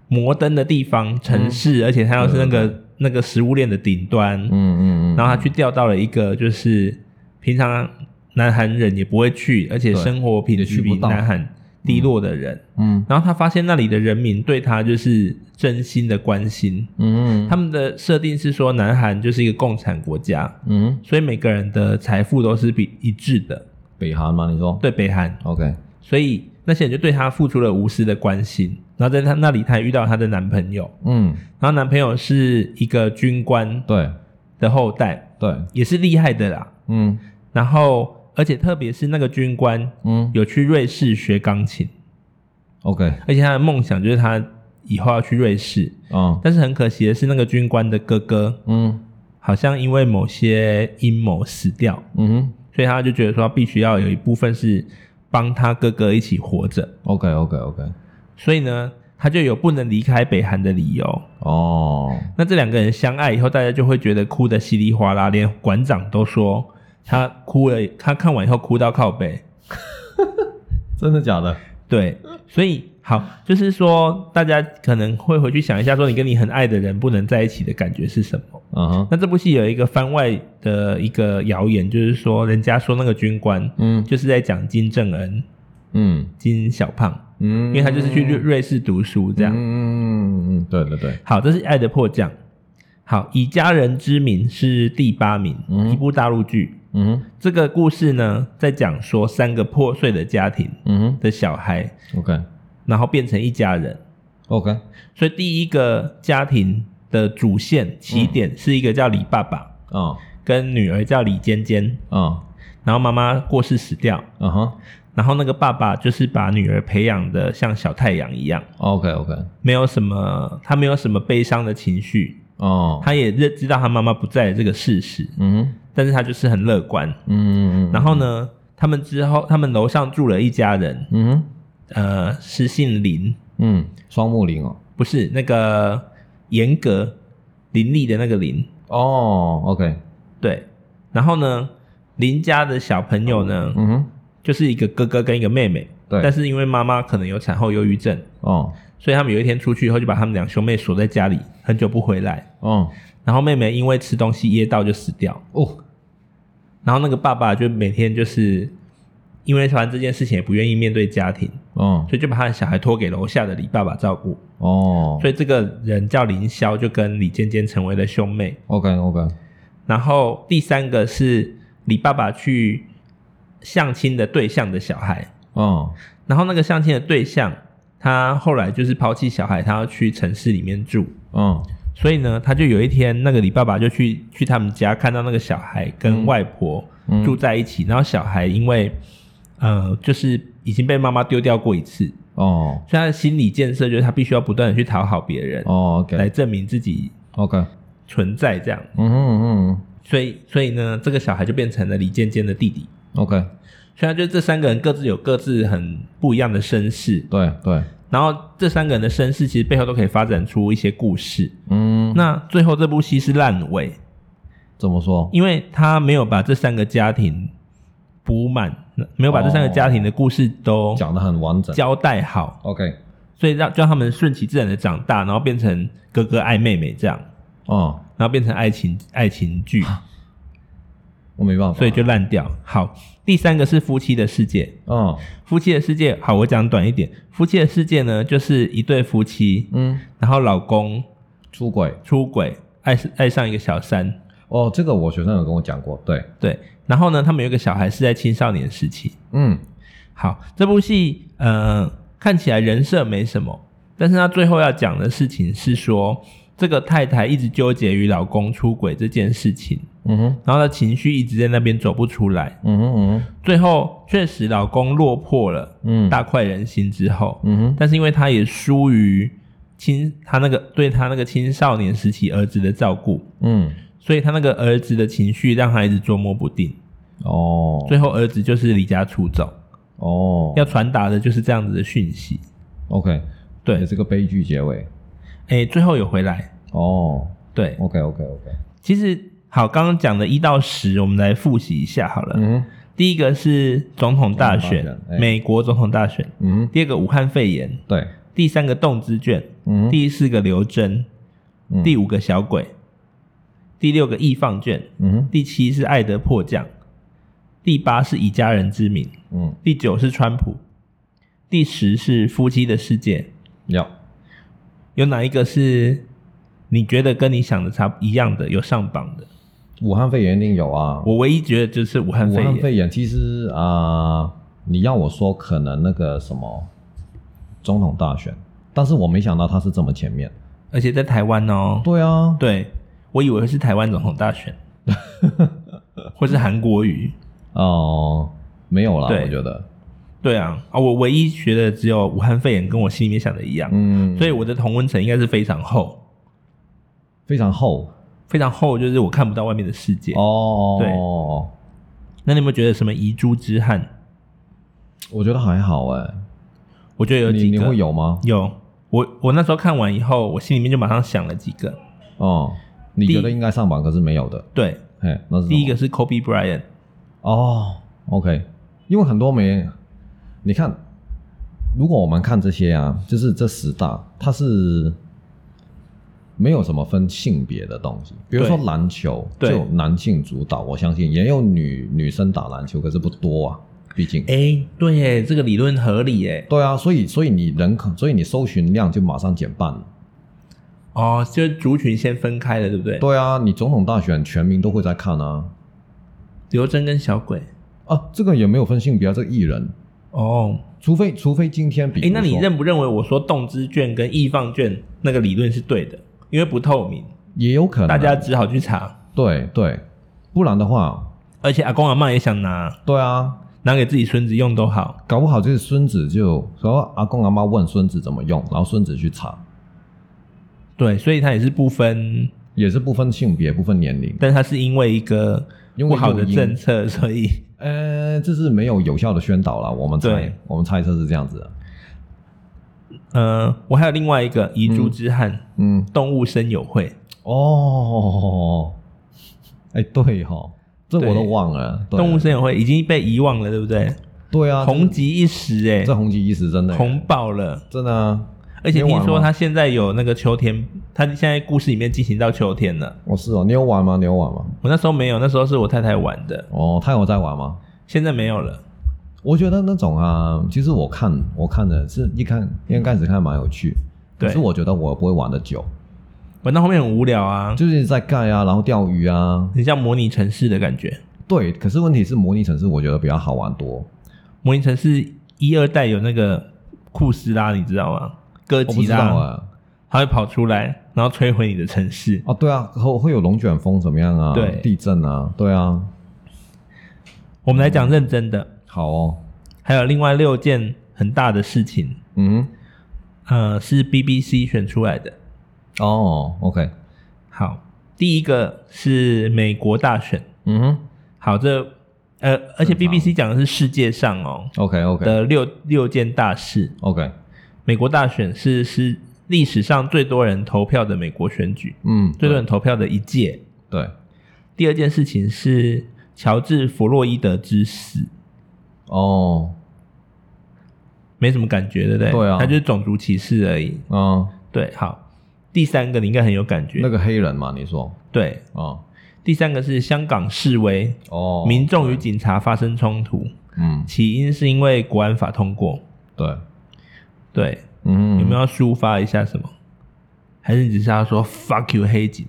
Speaker 1: 摩登的地方城市，而且他又是那个、那个食物链的顶端，
Speaker 2: 嗯嗯嗯，
Speaker 1: 然后他去调到了一个就是平常南韩人也不会去，而且
Speaker 2: 对
Speaker 1: 生活品
Speaker 2: 也
Speaker 1: 质
Speaker 2: 去
Speaker 1: 比
Speaker 2: 不到
Speaker 1: 南韩低落的人。
Speaker 2: 嗯
Speaker 1: 然后他发现那里的人民对他就是真心的关心。
Speaker 2: 嗯嗯，
Speaker 1: 他们的设定是说，南韩就是一个共产国家，
Speaker 2: 嗯
Speaker 1: 所以每个人的财富都是比一致的。
Speaker 2: 北韩吗？你说？
Speaker 1: 对北韩，
Speaker 2: ，OK，
Speaker 1: 所以那些人就对他付出了无私的关心。然后在他那里，他还遇到她的男朋友，
Speaker 2: 嗯，
Speaker 1: 然后男朋友是一个军官
Speaker 2: 对
Speaker 1: 的后代，
Speaker 2: 对，
Speaker 1: 也是厉害的啦。
Speaker 2: 嗯
Speaker 1: 然后，而且特别是那个军官
Speaker 2: 嗯
Speaker 1: 有去瑞士学钢琴，
Speaker 2: ，OK，
Speaker 1: 而且他的梦想就是他以后要去瑞士。
Speaker 2: 啊，
Speaker 1: 但是很可惜的是，那个军官的哥哥
Speaker 2: 嗯
Speaker 1: 好像因为某些阴谋死掉，
Speaker 2: 嗯哼
Speaker 1: 所以他就觉得说必须要有一部分是帮他哥哥一起活着。
Speaker 2: ，OK OK OK，
Speaker 1: 所以呢，他就有不能离开北韩的理由。
Speaker 2: 哦，
Speaker 1: 那这两个人相爱以后，大家就会觉得哭得稀里哗啦，连馆长都说他哭了，他看完以后哭到靠背。
Speaker 2: 真的假的？
Speaker 1: 对，所以好，就是说大家可能会回去想一下，说你跟你很爱的人不能在一起的感觉是什么。
Speaker 2: 嗯哼，
Speaker 1: 那这部戏有一个番外的一个谣言，就是说人家说那个军官
Speaker 2: 嗯
Speaker 1: 就是在讲金正恩、
Speaker 2: 嗯
Speaker 1: 金小胖，
Speaker 2: 嗯，
Speaker 1: 因为他就是去瑞瑞士读书这
Speaker 2: 这
Speaker 1: 样。
Speaker 2: 嗯嗯嗯，对对对，
Speaker 1: 好，这是《爱的迫降》。好，以家人之名是第八名，
Speaker 2: 嗯
Speaker 1: 一部大陆剧。
Speaker 2: 嗯哼
Speaker 1: 这个故事呢，在讲说三个破碎的家庭
Speaker 2: 嗯
Speaker 1: 的小孩，
Speaker 2: 哼，OK
Speaker 1: 然后变成一家人。
Speaker 2: OK，
Speaker 1: 所以第一个家庭的主线起
Speaker 2: 嗯
Speaker 1: 点是一个叫李爸爸，
Speaker 2: 啊
Speaker 1: 跟女儿叫李尖尖，
Speaker 2: 啊
Speaker 1: 然后妈妈过世死掉，
Speaker 2: 啊哈
Speaker 1: 然后那个爸爸就是把女儿培养的像小太阳一样，
Speaker 2: ，OK OK，
Speaker 1: 没有什么，他没有什么悲伤的情绪，
Speaker 2: 哦，
Speaker 1: 他也认知道他妈妈不在的这个事实，
Speaker 2: 嗯
Speaker 1: 但是他就是很乐观。
Speaker 2: 嗯嗯嗯，
Speaker 1: 然后呢，他们之后，他们楼上住了一家人，
Speaker 2: 嗯哼
Speaker 1: 呃，是姓林，
Speaker 2: 嗯，双木林哦，
Speaker 1: 不是那个严格林立的那个林，
Speaker 2: 哦，OK，
Speaker 1: 对。然后呢，林家的小朋友呢，
Speaker 2: 嗯哼，
Speaker 1: 就是一个哥哥跟一个妹妹，
Speaker 2: 对
Speaker 1: 但是因为妈妈可能有产后忧郁症，
Speaker 2: 哦
Speaker 1: 所以他们有一天出去以后，就把他们两兄妹锁在家里，很久不回来。
Speaker 2: 哦
Speaker 1: 然后妹妹因为吃东西噎到就死掉，
Speaker 2: 哦，
Speaker 1: 然后那个爸爸就每天就是因为反正这件事情也不愿意面对家庭，
Speaker 2: 哦
Speaker 1: 所以就把他的小孩托给楼下的李爸爸照顾。
Speaker 2: 哦
Speaker 1: 所以这个人叫林霄，就跟李尖尖成为了兄妹。
Speaker 2: ，OK OK，
Speaker 1: 然后第三个是李爸爸去相亲的对象的小孩，
Speaker 2: 哦
Speaker 1: 然后那个相亲的对象，他后来就是抛弃小孩，他要去城市里面住。
Speaker 2: 哦
Speaker 1: 所以呢，他就有一天，那个李爸爸就去去他们家，看到那个小孩跟外婆
Speaker 2: 嗯
Speaker 1: 住在一起，然后小孩因为呃，就是已经被妈妈丢掉过一次，
Speaker 2: 哦
Speaker 1: 所以他的心理建设就是他必须要不断的去讨好别人，
Speaker 2: 哦，OK
Speaker 1: 来证明自己
Speaker 2: OK，
Speaker 1: 存在这样。
Speaker 2: 嗯哼嗯哼
Speaker 1: 所以，所以呢，这个小孩就变成了李尖尖的弟弟。
Speaker 2: 嗯，OK，
Speaker 1: 虽然就这三个人各自有各自很不一样的身世，
Speaker 2: 对对，
Speaker 1: 然后这三个人的身世其实背后都可以发展出一些故事。
Speaker 2: 嗯，
Speaker 1: 那最后这部戏是烂尾，
Speaker 2: 怎么说？
Speaker 1: 因为他没有把这三个家庭补满，没有把这三个家庭的故事都
Speaker 2: 哦讲的很完整
Speaker 1: 交代好，
Speaker 2: ，OK，
Speaker 1: 所以让让他们顺其自然的长大，然后变成哥哥爱妹妹这样，
Speaker 2: 哦，
Speaker 1: 然后变成爱情爱情剧，
Speaker 2: 我没办法，
Speaker 1: 所以就烂掉。好，第三个是夫妻的世界。
Speaker 2: 哦，
Speaker 1: 夫妻的世界，好，我讲短一点。夫妻的世界呢，就是一对夫妻，
Speaker 2: 嗯，
Speaker 1: 然后老公
Speaker 2: 出轨，
Speaker 1: 出轨，爱爱上一个小三，
Speaker 2: 哦，这个我学生有跟我讲过，对，
Speaker 1: 对。然后呢，他们有一个小孩是在青少年时期。
Speaker 2: 嗯，
Speaker 1: 好，这部戏，呃，看起来人设没什么，但是他最后要讲的事情是说，这个太太一直纠结于老公出轨这件事情，
Speaker 2: 嗯哼，
Speaker 1: 然后她情绪一直在那边走不出来。
Speaker 2: 嗯哼，嗯哼，
Speaker 1: 最后确实老公落魄了，
Speaker 2: 嗯，
Speaker 1: 大快人心之后，
Speaker 2: 嗯哼，
Speaker 1: 但是因为他也疏于青他那个对他那个青少年时期儿子的照顾，
Speaker 2: 嗯，
Speaker 1: 所以他那个儿子的情绪让他一直捉摸不定，
Speaker 2: 哦，
Speaker 1: 最后儿子就是离家出走，
Speaker 2: 哦，
Speaker 1: 要传达的就是这样子的讯息。
Speaker 2: OK，
Speaker 1: 对
Speaker 2: 也，是个悲剧结尾，
Speaker 1: 哎、最后有回来。
Speaker 2: 哦
Speaker 1: 对，
Speaker 2: ，OK，OK，OK，
Speaker 1: 其实好，刚刚讲的一到十，我们来复习一下好了。
Speaker 2: 嗯哼，
Speaker 1: 第一个是总统大选，
Speaker 2: 总统大选哎
Speaker 1: 美国总统大选；
Speaker 2: 嗯哼，
Speaker 1: 第二个武汉肺炎；
Speaker 2: 对，
Speaker 1: 第三个动资券；
Speaker 2: 嗯哼，
Speaker 1: 第四个刘真；
Speaker 2: 嗯
Speaker 1: 第五个小鬼；第六个易放券；
Speaker 2: 嗯哼，
Speaker 1: 第七是爱德迫降，第八是以家人之名，
Speaker 2: 嗯，
Speaker 1: 第九是川普，第十是夫妻的世界。
Speaker 2: 要，
Speaker 1: 有哪一个是你觉得跟你想的差不一样的有上榜的？
Speaker 2: 武汉肺炎一定有啊，
Speaker 1: 我唯一觉得就是武汉
Speaker 2: 武
Speaker 1: 肺
Speaker 2: 汉
Speaker 1: 炎，
Speaker 2: 肺炎其实啊、你要我说可能那个什么总统大选，但是我没想到他是这么前面。
Speaker 1: 而且在台湾哦。
Speaker 2: 对啊，
Speaker 1: 对，我以为是台湾总统大 选，或是韩国瑜。
Speaker 2: 哦、没有啦，
Speaker 1: 对
Speaker 2: 我觉得，
Speaker 1: 对啊，啊，我唯一觉得只有武汉肺炎跟我心里面想的一样，
Speaker 2: 嗯，
Speaker 1: 所以我的同温层应该是非常厚，
Speaker 2: 非常厚
Speaker 1: 非常厚，就是我看不到外面的世界。
Speaker 2: 哦。
Speaker 1: 对那你有没有觉得什么遗珠之憾？
Speaker 2: 我觉得还好哎、
Speaker 1: 我觉得有
Speaker 2: 你
Speaker 1: 几
Speaker 2: 你
Speaker 1: 个
Speaker 2: 会有吗？
Speaker 1: 有我我那时候看完以后，我心里面就马上想了几个。
Speaker 2: 哦、你
Speaker 1: 第
Speaker 2: 觉得应该上榜，可是没有的。
Speaker 1: 对，
Speaker 2: 嘿，那是什么
Speaker 1: 第一个是 Kobe Bryant，
Speaker 2: 哦，OK，因为很多没，你看，如果我们看这些啊，就是这十大，它是没有什么分性别的东西。比如说
Speaker 1: 对
Speaker 2: 篮球，
Speaker 1: 对
Speaker 2: 就男性主导，我相信也有女女生打篮球，可是不多啊，毕竟。
Speaker 1: 哎、对耶，这个理论合理耶。
Speaker 2: 对啊，所以所以你人口，所以你搜寻量就马上减半了。
Speaker 1: 哦，就是族群先分开了，对不对？
Speaker 2: 对啊，你总统大选全民都会在看啊
Speaker 1: 刘真跟小鬼。
Speaker 2: 啊，这个也没有分性别啊，这个艺人，
Speaker 1: 哦，
Speaker 2: 除非除非今天比
Speaker 1: 哎、
Speaker 2: 如
Speaker 1: 那你
Speaker 2: 说
Speaker 1: 认不认为我说动资券跟易放券那个理论是对的？因为不透明，
Speaker 2: 也有可能
Speaker 1: 大
Speaker 2: 啊
Speaker 1: 家只好去查。
Speaker 2: 对对，不然的话，
Speaker 1: 而且阿公阿妈也想拿，
Speaker 2: 对啊，
Speaker 1: 拿给自己孙子用都好。
Speaker 2: 搞不好就是孙子就说阿公阿妈问孙子怎么用，然后孙子去查，
Speaker 1: 对，所以他也是不分
Speaker 2: 也是不分性别、不分年龄。
Speaker 1: 但它是因为一个
Speaker 2: 因
Speaker 1: 不
Speaker 2: 为
Speaker 1: 好的
Speaker 2: 诱因
Speaker 1: 政策，所以
Speaker 2: 呃，这是没有有效的宣导了，我们猜
Speaker 1: 对，
Speaker 2: 我们猜测是这样子的。
Speaker 1: 呃，我还有另外一个遗珠之憾，
Speaker 2: 嗯，
Speaker 1: 动物生友会，
Speaker 2: 哦，哎，对哈、哦，这我都忘了。对
Speaker 1: 动物生友会已经被遗忘了，对不对？
Speaker 2: 对啊，
Speaker 1: 红极一时、
Speaker 2: 这
Speaker 1: 欸，
Speaker 2: 这红极一时，真的
Speaker 1: 红爆了。
Speaker 2: 真的啊，
Speaker 1: 而且
Speaker 2: 你有
Speaker 1: 听
Speaker 2: 玩
Speaker 1: 说
Speaker 2: 吗
Speaker 1: 它现在有那个秋天，它现在故事里面进行到秋天了。
Speaker 2: 我、是哦，你有玩吗？你有玩吗？
Speaker 1: 我那时候没有，那时候是我太太玩的，
Speaker 2: 哦，他有在玩吗？
Speaker 1: 现在没有了。
Speaker 2: 我觉得那种啊，其实我看我看的是一看，因为开始看蛮有趣，可
Speaker 1: 对
Speaker 2: 是我觉得我不会玩的久，
Speaker 1: 玩到后面很无聊啊，
Speaker 2: 就是在盖啊，然后钓鱼啊，
Speaker 1: 很像模拟城市的感觉。
Speaker 2: 对。可是问题是模拟城市，我觉得比较好玩多。
Speaker 1: 模拟城市一二代有那个库斯拉，你知道吗？哥
Speaker 2: 我不
Speaker 1: 吉
Speaker 2: 知
Speaker 1: 拉，
Speaker 2: 道啊，
Speaker 1: 它会跑出来，然后摧毁你的城市。
Speaker 2: 哦对啊，会会有龙卷风怎么样啊？
Speaker 1: 对
Speaker 2: 地震啊，对啊，
Speaker 1: 我们来讲认真的，
Speaker 2: 好哦，
Speaker 1: 还有另外六件很大的事情，
Speaker 2: 嗯
Speaker 1: 呃，是 BBC 选出来的。
Speaker 2: 哼，哦，OK，
Speaker 1: 好，第一个是美国大选。
Speaker 2: 嗯哼
Speaker 1: 好，这呃，而且
Speaker 2: 正常
Speaker 1: BBC 讲的是世界上哦
Speaker 2: ，OK OK
Speaker 1: 的六六件大事。
Speaker 2: OK，
Speaker 1: 美国大选是是历史上最多人投票的美国选举，
Speaker 2: 嗯，
Speaker 1: 最多人投票的一届。
Speaker 2: 对，
Speaker 1: 第二件事情是乔治·弗洛伊德之死，
Speaker 2: 哦，
Speaker 1: 没什么感觉，对不对？
Speaker 2: 对啊
Speaker 1: 他就是种族歧视而已。
Speaker 2: 嗯，
Speaker 1: 对，好，第三个你应该很有感觉，
Speaker 2: 那个黑人嘛，你说，
Speaker 1: 对，
Speaker 2: 哦
Speaker 1: 第三个是香港示威，
Speaker 2: 哦，
Speaker 1: 民众与警察发生冲突，
Speaker 2: 嗯，
Speaker 1: 起因是因为国安法通过。
Speaker 2: 对，
Speaker 1: 对，
Speaker 2: 嗯，
Speaker 1: 有没有？要抒发一下什么？还是你只是要说 “fuck you” 黑警？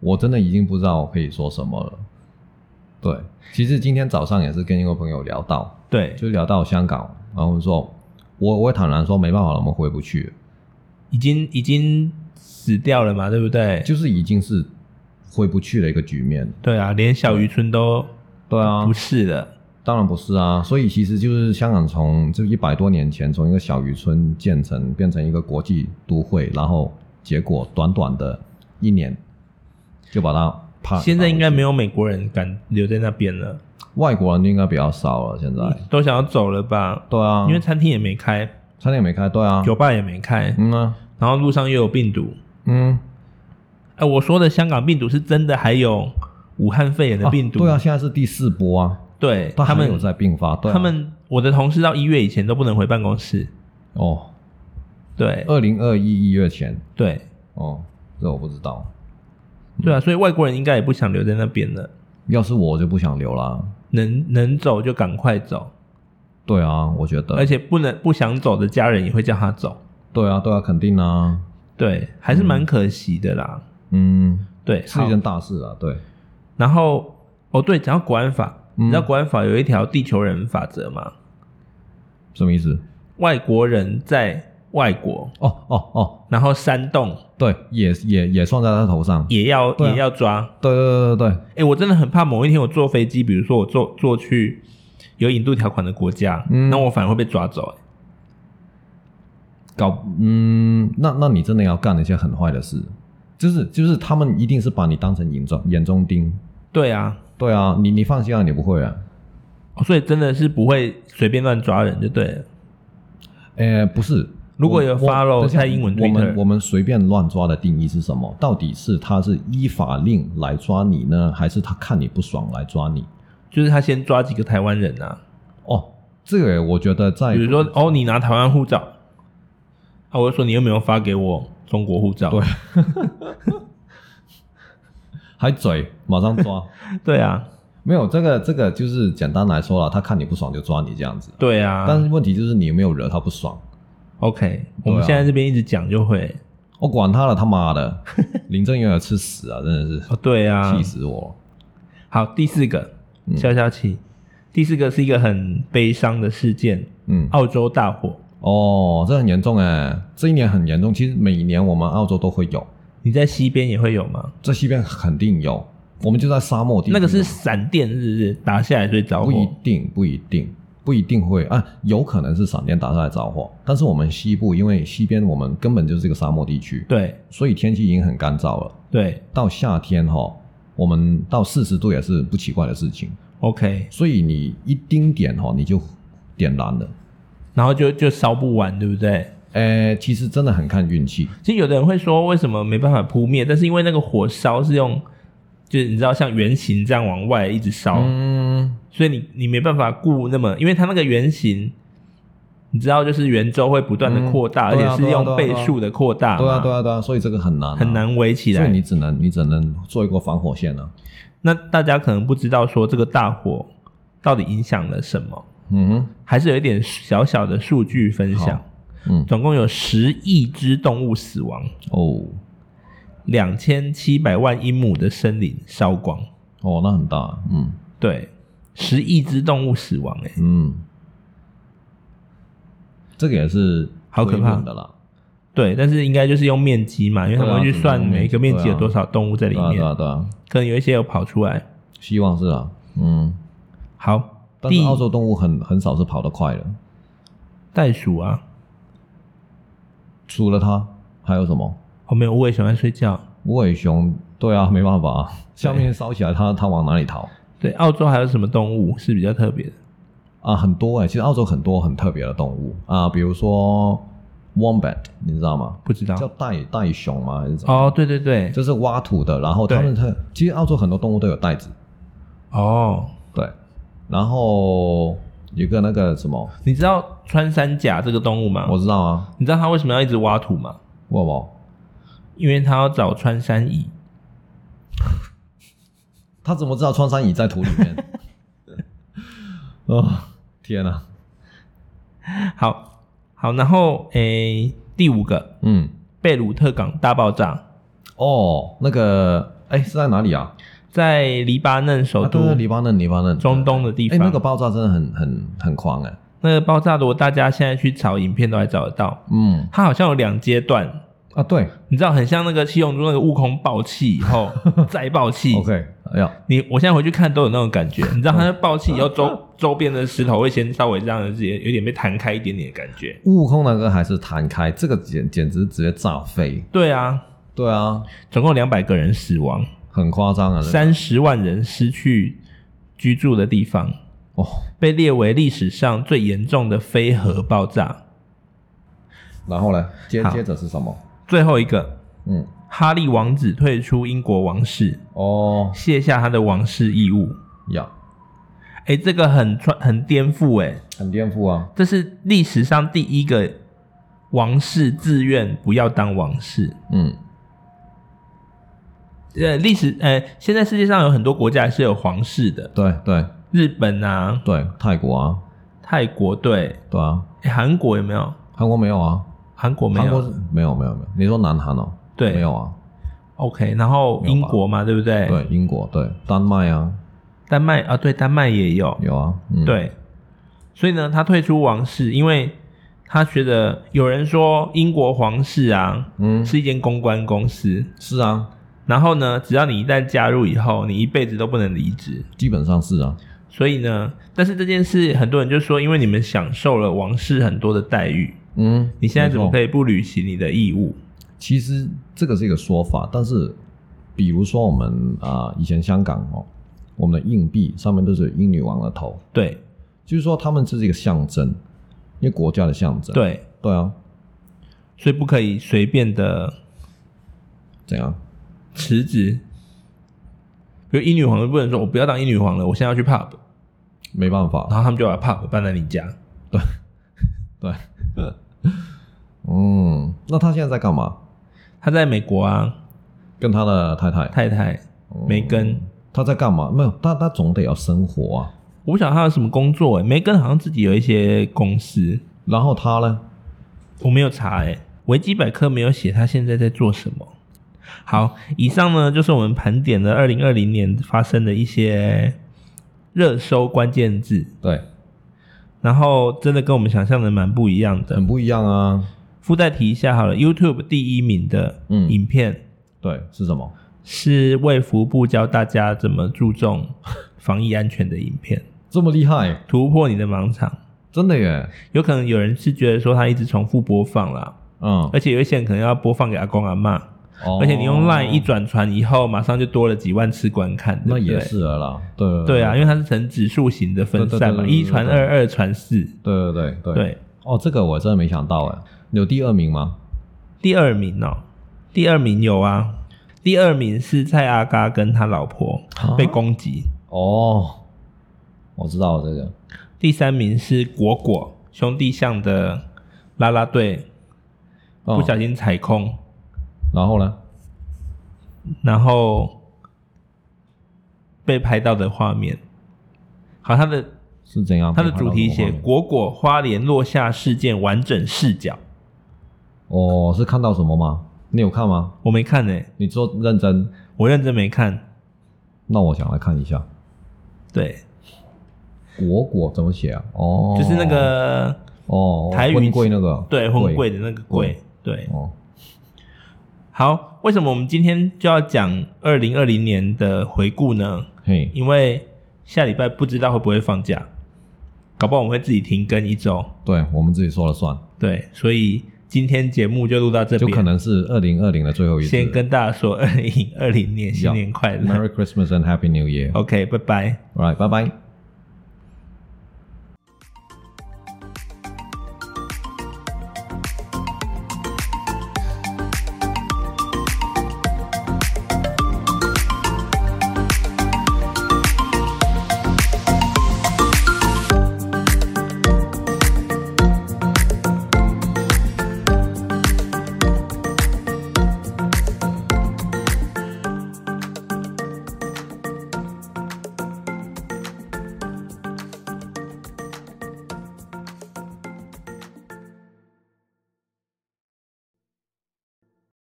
Speaker 2: 我真的已经不知道我可以说什么了。对，其实今天早上也是跟一个朋友聊到，
Speaker 1: 对，
Speaker 2: 就聊到香港，然后我们说，我我也坦然说没办法了，我们回不去了，
Speaker 1: 已经已经死掉了嘛，对不对？
Speaker 2: 就是已经是回不去的一个局面。
Speaker 1: 对啊，连小渔村都
Speaker 2: 对啊
Speaker 1: 不，是了。
Speaker 2: 当然不是啊，所以其实就是香港从就一百多年前从一个小渔村建成变成一个国际都会，然后结果短短的一年就把它怕。
Speaker 1: 现在应该没
Speaker 2: 有
Speaker 1: 有美国人敢留在那边了，
Speaker 2: 外国人应该比较少了，现在。
Speaker 1: 都想要走了吧？
Speaker 2: 对啊，
Speaker 1: 嗯因为餐厅也没开，
Speaker 2: 餐厅也没开，对啊，
Speaker 1: 酒吧也没开，
Speaker 2: 嗯啊，
Speaker 1: 然后路上又有病毒。
Speaker 2: 嗯，
Speaker 1: 哎、我说的香港病毒是真的，还有武汉肺炎的病毒。
Speaker 2: 啊对啊，，现在是第四波啊，
Speaker 1: 对
Speaker 2: 它
Speaker 1: 他
Speaker 2: 还
Speaker 1: 们
Speaker 2: 有在并发，对啊、
Speaker 1: 他们我的同事到一月以前都不能回办公室。
Speaker 2: 哦，
Speaker 1: 对
Speaker 2: 二零二一一月前
Speaker 1: 对
Speaker 2: 哦，这我不知道，
Speaker 1: 对啊，所以外国人应该也不想留在那边了，
Speaker 2: 要是我就不想留啦，
Speaker 1: 能能走就赶快走，
Speaker 2: 对啊，我觉得，
Speaker 1: 而且不能不想走的家人也会叫他走。
Speaker 2: 对啊，对啊，肯定啊，
Speaker 1: 对，还是蛮可惜的啦。
Speaker 2: 嗯，
Speaker 1: 对，
Speaker 2: 是一
Speaker 1: 好
Speaker 2: 件大事啊，对，
Speaker 1: 然后哦，对，讲到国安法，
Speaker 2: 嗯
Speaker 1: 你知道国安法有一条地球人法则吗？
Speaker 2: 什么意思？
Speaker 1: 外国人在外国，
Speaker 2: 哦哦哦，
Speaker 1: 然后煽动
Speaker 2: 对，也也也算在他头上，
Speaker 1: 也要、
Speaker 2: 对啊
Speaker 1: 也要抓。
Speaker 2: 对对对对对，
Speaker 1: 哎、我真的很怕某一天我坐飞机，比如说我坐坐去有引渡条款的国家，
Speaker 2: 嗯
Speaker 1: 那我反而会被抓走、欸
Speaker 2: 搞，嗯，那那你真的要干一些很坏的事，就是就是他们一定是把你当成眼中眼中钉。
Speaker 1: 对啊、
Speaker 2: 对啊，你你放心啊，你不会啊。
Speaker 1: 哦所以真的是不会随便乱抓人，就对了。
Speaker 2: 呃，不是，
Speaker 1: 如果
Speaker 2: 我
Speaker 1: 有
Speaker 2: 我
Speaker 1: follow
Speaker 2: 等一下
Speaker 1: 蔡英文
Speaker 2: 我们
Speaker 1: Twitter
Speaker 2: 我们随便乱抓的定义是什么？到底是他是依法令来抓你呢，还是他看你不爽来抓你？
Speaker 1: 就是他先抓几个台湾人啊，
Speaker 2: 哦，这个我觉得在
Speaker 1: 比如说哦，你拿台湾护照，啊，我就说你有没有发给我中国护照？
Speaker 2: 对还嘴马上抓，
Speaker 1: 对啊，
Speaker 2: 没有这个这个就是简单来说了，他看你不爽就抓你这样子。
Speaker 1: 对啊。
Speaker 2: 但是啊问题就是你有没有惹他不爽？
Speaker 1: OK，我们现在这边一直讲就会
Speaker 2: 我管他了，他妈 的，林正英要吃屎啊！真的
Speaker 1: 哦，
Speaker 2: 是
Speaker 1: 对啊
Speaker 2: 气。死我。
Speaker 1: 好，第四个
Speaker 2: 嗯
Speaker 1: 消消气，第四个是一个很悲伤的事件，
Speaker 2: 嗯，
Speaker 1: 澳洲大火。
Speaker 2: 哦，这很严重哎，这一年很严重。其实每年我们澳洲都会有，
Speaker 1: 你在西边也会有吗？
Speaker 2: 在西边肯定有，我们就在沙漠地区。
Speaker 1: 那个是闪电日日打下来所以着
Speaker 2: 不一
Speaker 1: 火。
Speaker 2: 定，不一定，不一定会啊，有可能是闪电打下来着火。但是我们西部，因为西边我们根本就是一个沙漠地区，
Speaker 1: 对
Speaker 2: 所以天气已经很干燥了。
Speaker 1: 对
Speaker 2: 到夏天哈、我们到四十度也是不奇怪的事情。
Speaker 1: ，OK，
Speaker 2: 所以你一丁点哈、你就点燃了。
Speaker 1: 然后就就烧不完，对不对？
Speaker 2: 呃，其实真的很看运气。
Speaker 1: 其实有的人会说，为什么没办法扑灭？但是因为那个火烧是用，就是你知道像圆形这样往外一直烧，
Speaker 2: 嗯，
Speaker 1: 所以你你没办法顾那么，因为它那个圆形，你知道就是圆周会不断的扩大，
Speaker 2: 嗯
Speaker 1: 而
Speaker 2: 对啊
Speaker 1: 且是用倍数的扩大嘛，
Speaker 2: 对啊，对啊，对啊，所以这个很难、
Speaker 1: 很。难围起
Speaker 2: 所以
Speaker 1: 来。
Speaker 2: 你只能你只能做一个防火线啊。
Speaker 1: 那大家可能不知道说这个大火到底影响了什么，
Speaker 2: 嗯哼，
Speaker 1: 还是有一点小小的数据分享
Speaker 2: 好。嗯，
Speaker 1: 总共有十亿只动物死亡，
Speaker 2: 哦
Speaker 1: 两千七百万英亩的森林烧光。
Speaker 2: 哦，那很大，嗯
Speaker 1: 对，十亿只动物死亡、欸，
Speaker 2: 嗯，这个也是
Speaker 1: 好可怕
Speaker 2: 推论的啦。
Speaker 1: 对，但是应该就是用面积嘛，因为他们
Speaker 2: 对啊
Speaker 1: 会去算每个面积有多少动物在里
Speaker 2: 对啊，
Speaker 1: 面，
Speaker 2: 对啊，对啊，
Speaker 1: 可能有一些有跑出来。
Speaker 2: 希望是啊，嗯。
Speaker 1: 好，
Speaker 2: 但是
Speaker 1: 第
Speaker 2: 澳洲动物很很少是跑得快的，
Speaker 1: 袋鼠啊，
Speaker 2: 除了他还有什么？
Speaker 1: 后面无尾熊在睡觉。
Speaker 2: 无尾熊，对啊， 没办法、啊，下面烧起来它，它往哪里逃
Speaker 1: 对，澳洲还有什么动物是比较特别的？
Speaker 2: 啊？很多哎、其实澳洲很多很特别的动物啊，比如说 wombat，你知道吗？
Speaker 1: 不知道
Speaker 2: 叫袋袋熊吗？还是什么？
Speaker 1: 哦，对对对，
Speaker 2: 就是挖土的，然后
Speaker 1: 对
Speaker 2: 它们它其实澳洲很多动物都有袋子，
Speaker 1: 哦，
Speaker 2: 对，然后有个那个 什么，
Speaker 1: 你知道穿山甲这个动物吗？
Speaker 2: 我知道啊，
Speaker 1: 你知道它为什么要一直挖土吗？
Speaker 2: 为什么？
Speaker 1: 因为它要找穿山蚁。
Speaker 2: 他怎么知道穿山蚁在土里面？ 哦，天哪、
Speaker 1: 好，好，然后诶、第五个
Speaker 2: 嗯，
Speaker 1: 贝鲁特港大爆炸，
Speaker 2: 哦，那个，哎，是在哪里啊？
Speaker 1: 在黎巴嫩首
Speaker 2: 啊，
Speaker 1: 都、
Speaker 2: 对对，黎巴嫩，黎巴嫩，
Speaker 1: 中东的地
Speaker 2: 哎，
Speaker 1: 方，
Speaker 2: 那个爆炸真的很很很狂哎、
Speaker 1: 那个爆炸，如果大家现在去找影片都还找得到。
Speaker 2: 嗯
Speaker 1: 它好像有两阶段，
Speaker 2: 啊，对
Speaker 1: 你知道，很像那个七龙珠那个悟空爆气以后 再爆气。
Speaker 2: ，OK，哎呀，
Speaker 1: 你我现在回去看都有那种感觉，你知道，它爆气以 后周周边的石头会先稍微这样子，有点被弹开一点点的感觉。
Speaker 2: 悟空那个还是弹开，这个简简直直接炸飞，
Speaker 1: 对啊，
Speaker 2: 对啊，
Speaker 1: 总共两百个人死亡，
Speaker 2: 很夸张啊，这个
Speaker 1: 三十万人失去居住的地方，
Speaker 2: 哦，
Speaker 1: 被列为历史上最严重的非核爆炸。
Speaker 2: 然后呢，接
Speaker 1: 好
Speaker 2: 接着是什么？
Speaker 1: 最后一个，
Speaker 2: 嗯，
Speaker 1: 哈利王子退出英国王室，
Speaker 2: 哦
Speaker 1: 卸下他的王室义务。
Speaker 2: 呀，
Speaker 1: 哎、这个很穿很颠覆哎、
Speaker 2: 很颠覆啊，
Speaker 1: 这是历史上第一个王室自愿不要当王室。
Speaker 2: 嗯，
Speaker 1: 呃，历史呃，现在世界上有很多国家是有皇室的，
Speaker 2: 对对
Speaker 1: 日本啊、
Speaker 2: 对，泰国啊，
Speaker 1: 泰国对，
Speaker 2: 对啊，
Speaker 1: 诶韩国有没有？
Speaker 2: 韩国没有啊，
Speaker 1: 韩国没
Speaker 2: 韩国是
Speaker 1: 有。
Speaker 2: 没有没有没有，你说南韩哦，
Speaker 1: 对
Speaker 2: 没有啊，
Speaker 1: OK，然后
Speaker 2: 没有
Speaker 1: 英
Speaker 2: 吧
Speaker 1: 国嘛，对不对？
Speaker 2: 对，英国对，丹麦啊，
Speaker 1: 丹麦啊，对，丹麦也有。
Speaker 2: 有啊，嗯，，
Speaker 1: 对，所以呢，他退出王室，因为他觉得有人说英国皇室啊
Speaker 2: 嗯，
Speaker 1: 是一间公关公司，
Speaker 2: 是啊，
Speaker 1: 然后呢，只要你一旦加入以后，你一辈子都不能离职。
Speaker 2: 基本上是啊，
Speaker 1: 所以呢，但是这件事很多人就说，因为你们享受了王室很多的待遇，
Speaker 2: 嗯，
Speaker 1: 你现在怎么
Speaker 2: 没错
Speaker 1: 可以不履行你的义务？
Speaker 2: 其实这个是一个说法，但是比如说我们啊、以前香港哦，我们的硬币上面都是有英女王的头，
Speaker 1: 对
Speaker 2: 就是说他们这是一个象征，一个国家的象征。
Speaker 1: 对，
Speaker 2: 对啊，
Speaker 1: 所以不可以随便的
Speaker 2: 怎样？
Speaker 1: 辞职。比如英女皇就不能说，我不要当英女皇了，我现在要去 pub，
Speaker 2: 没办法
Speaker 1: 然，后他们就把 pub 搬来你家。
Speaker 2: 对，嗯，那他现在在干嘛？
Speaker 1: 他在美国啊，
Speaker 2: 跟他的太太
Speaker 1: 太太梅根，
Speaker 2: 他在干嘛？没有，他他总得要生活啊。
Speaker 1: 我不晓得他有什么工作诶、梅根好像自己有一些公司，
Speaker 2: 然后他呢？
Speaker 1: 我没有查诶、维基百科没有写他现在在做什么。好，以上呢就是我们盘点了二零二零年发生的一些热搜关键字，
Speaker 2: 对，
Speaker 1: 然后真的跟我们想象的蛮不一样的
Speaker 2: 很。不一样啊。
Speaker 1: 附带提一下好了，YouTube 第一名的
Speaker 2: 嗯
Speaker 1: 影片、
Speaker 2: 对，是什么？
Speaker 1: 是卫福部教大家怎么注重防疫安全的影片，
Speaker 2: 这么厉害，
Speaker 1: 突破你的盲场。
Speaker 2: 真的耶。
Speaker 1: 有可能有人是觉得说他一直重复播放啦，
Speaker 2: 嗯，
Speaker 1: 而且有一些人可能要播放给阿公阿妈，
Speaker 2: 哦
Speaker 1: 而且你用 LINE 一转传以后，马上就多了几万次观看，对不
Speaker 2: 那
Speaker 1: 对
Speaker 2: 也。是了啦，对
Speaker 1: 对啊，因为它是呈指数型的分散嘛，
Speaker 2: 对对对对对对
Speaker 1: 一传二，二传四。
Speaker 2: 对对对
Speaker 1: 对，
Speaker 2: 哦，这个我真的没想到哎，有第二名吗？
Speaker 1: 第二名哦，第二名有啊，第二名是蔡阿嘎跟他老婆
Speaker 2: 啊
Speaker 1: 被攻击，
Speaker 2: 哦，我知道了这个，
Speaker 1: 第三名是果果兄弟象的啦啦队
Speaker 2: 哦
Speaker 1: 不小心踩空，
Speaker 2: 然后呢？
Speaker 1: 然后被拍到的画面。好，它的
Speaker 2: 是怎样？
Speaker 1: 它的主题
Speaker 2: 被
Speaker 1: 写
Speaker 2: 拍到什
Speaker 1: “
Speaker 2: 么画面
Speaker 1: 果果花莲落下事件完整视角
Speaker 2: 哦，是看到什么吗？你有看吗？”，
Speaker 1: 我没看呢、
Speaker 2: 你说认真，
Speaker 1: 我认真没看。
Speaker 2: 那我想来看一下。
Speaker 1: 对，
Speaker 2: 果果怎么写啊？哦，
Speaker 1: 就是那个
Speaker 2: 哦，
Speaker 1: 台语
Speaker 2: 婚贵那个，
Speaker 1: 对婚柜的那个柜
Speaker 2: 对。
Speaker 1: 对，
Speaker 2: 哦，
Speaker 1: 好，为什么我们今天就要讲二零二零年的回顾呢？
Speaker 2: 嘿，
Speaker 1: 因为下礼拜不知道会不会放假，搞不好我们会自己停更一周。
Speaker 2: 对我们自己说了算。
Speaker 1: 对，所以今天节目就录到这
Speaker 2: 就
Speaker 1: 边，
Speaker 2: 可能是二零二零的最后一次。
Speaker 1: 先跟大家说二零二零年新年快乐。
Speaker 2: Merry Christmas and Happy New Year。
Speaker 1: OK，拜拜。
Speaker 2: All right，拜拜。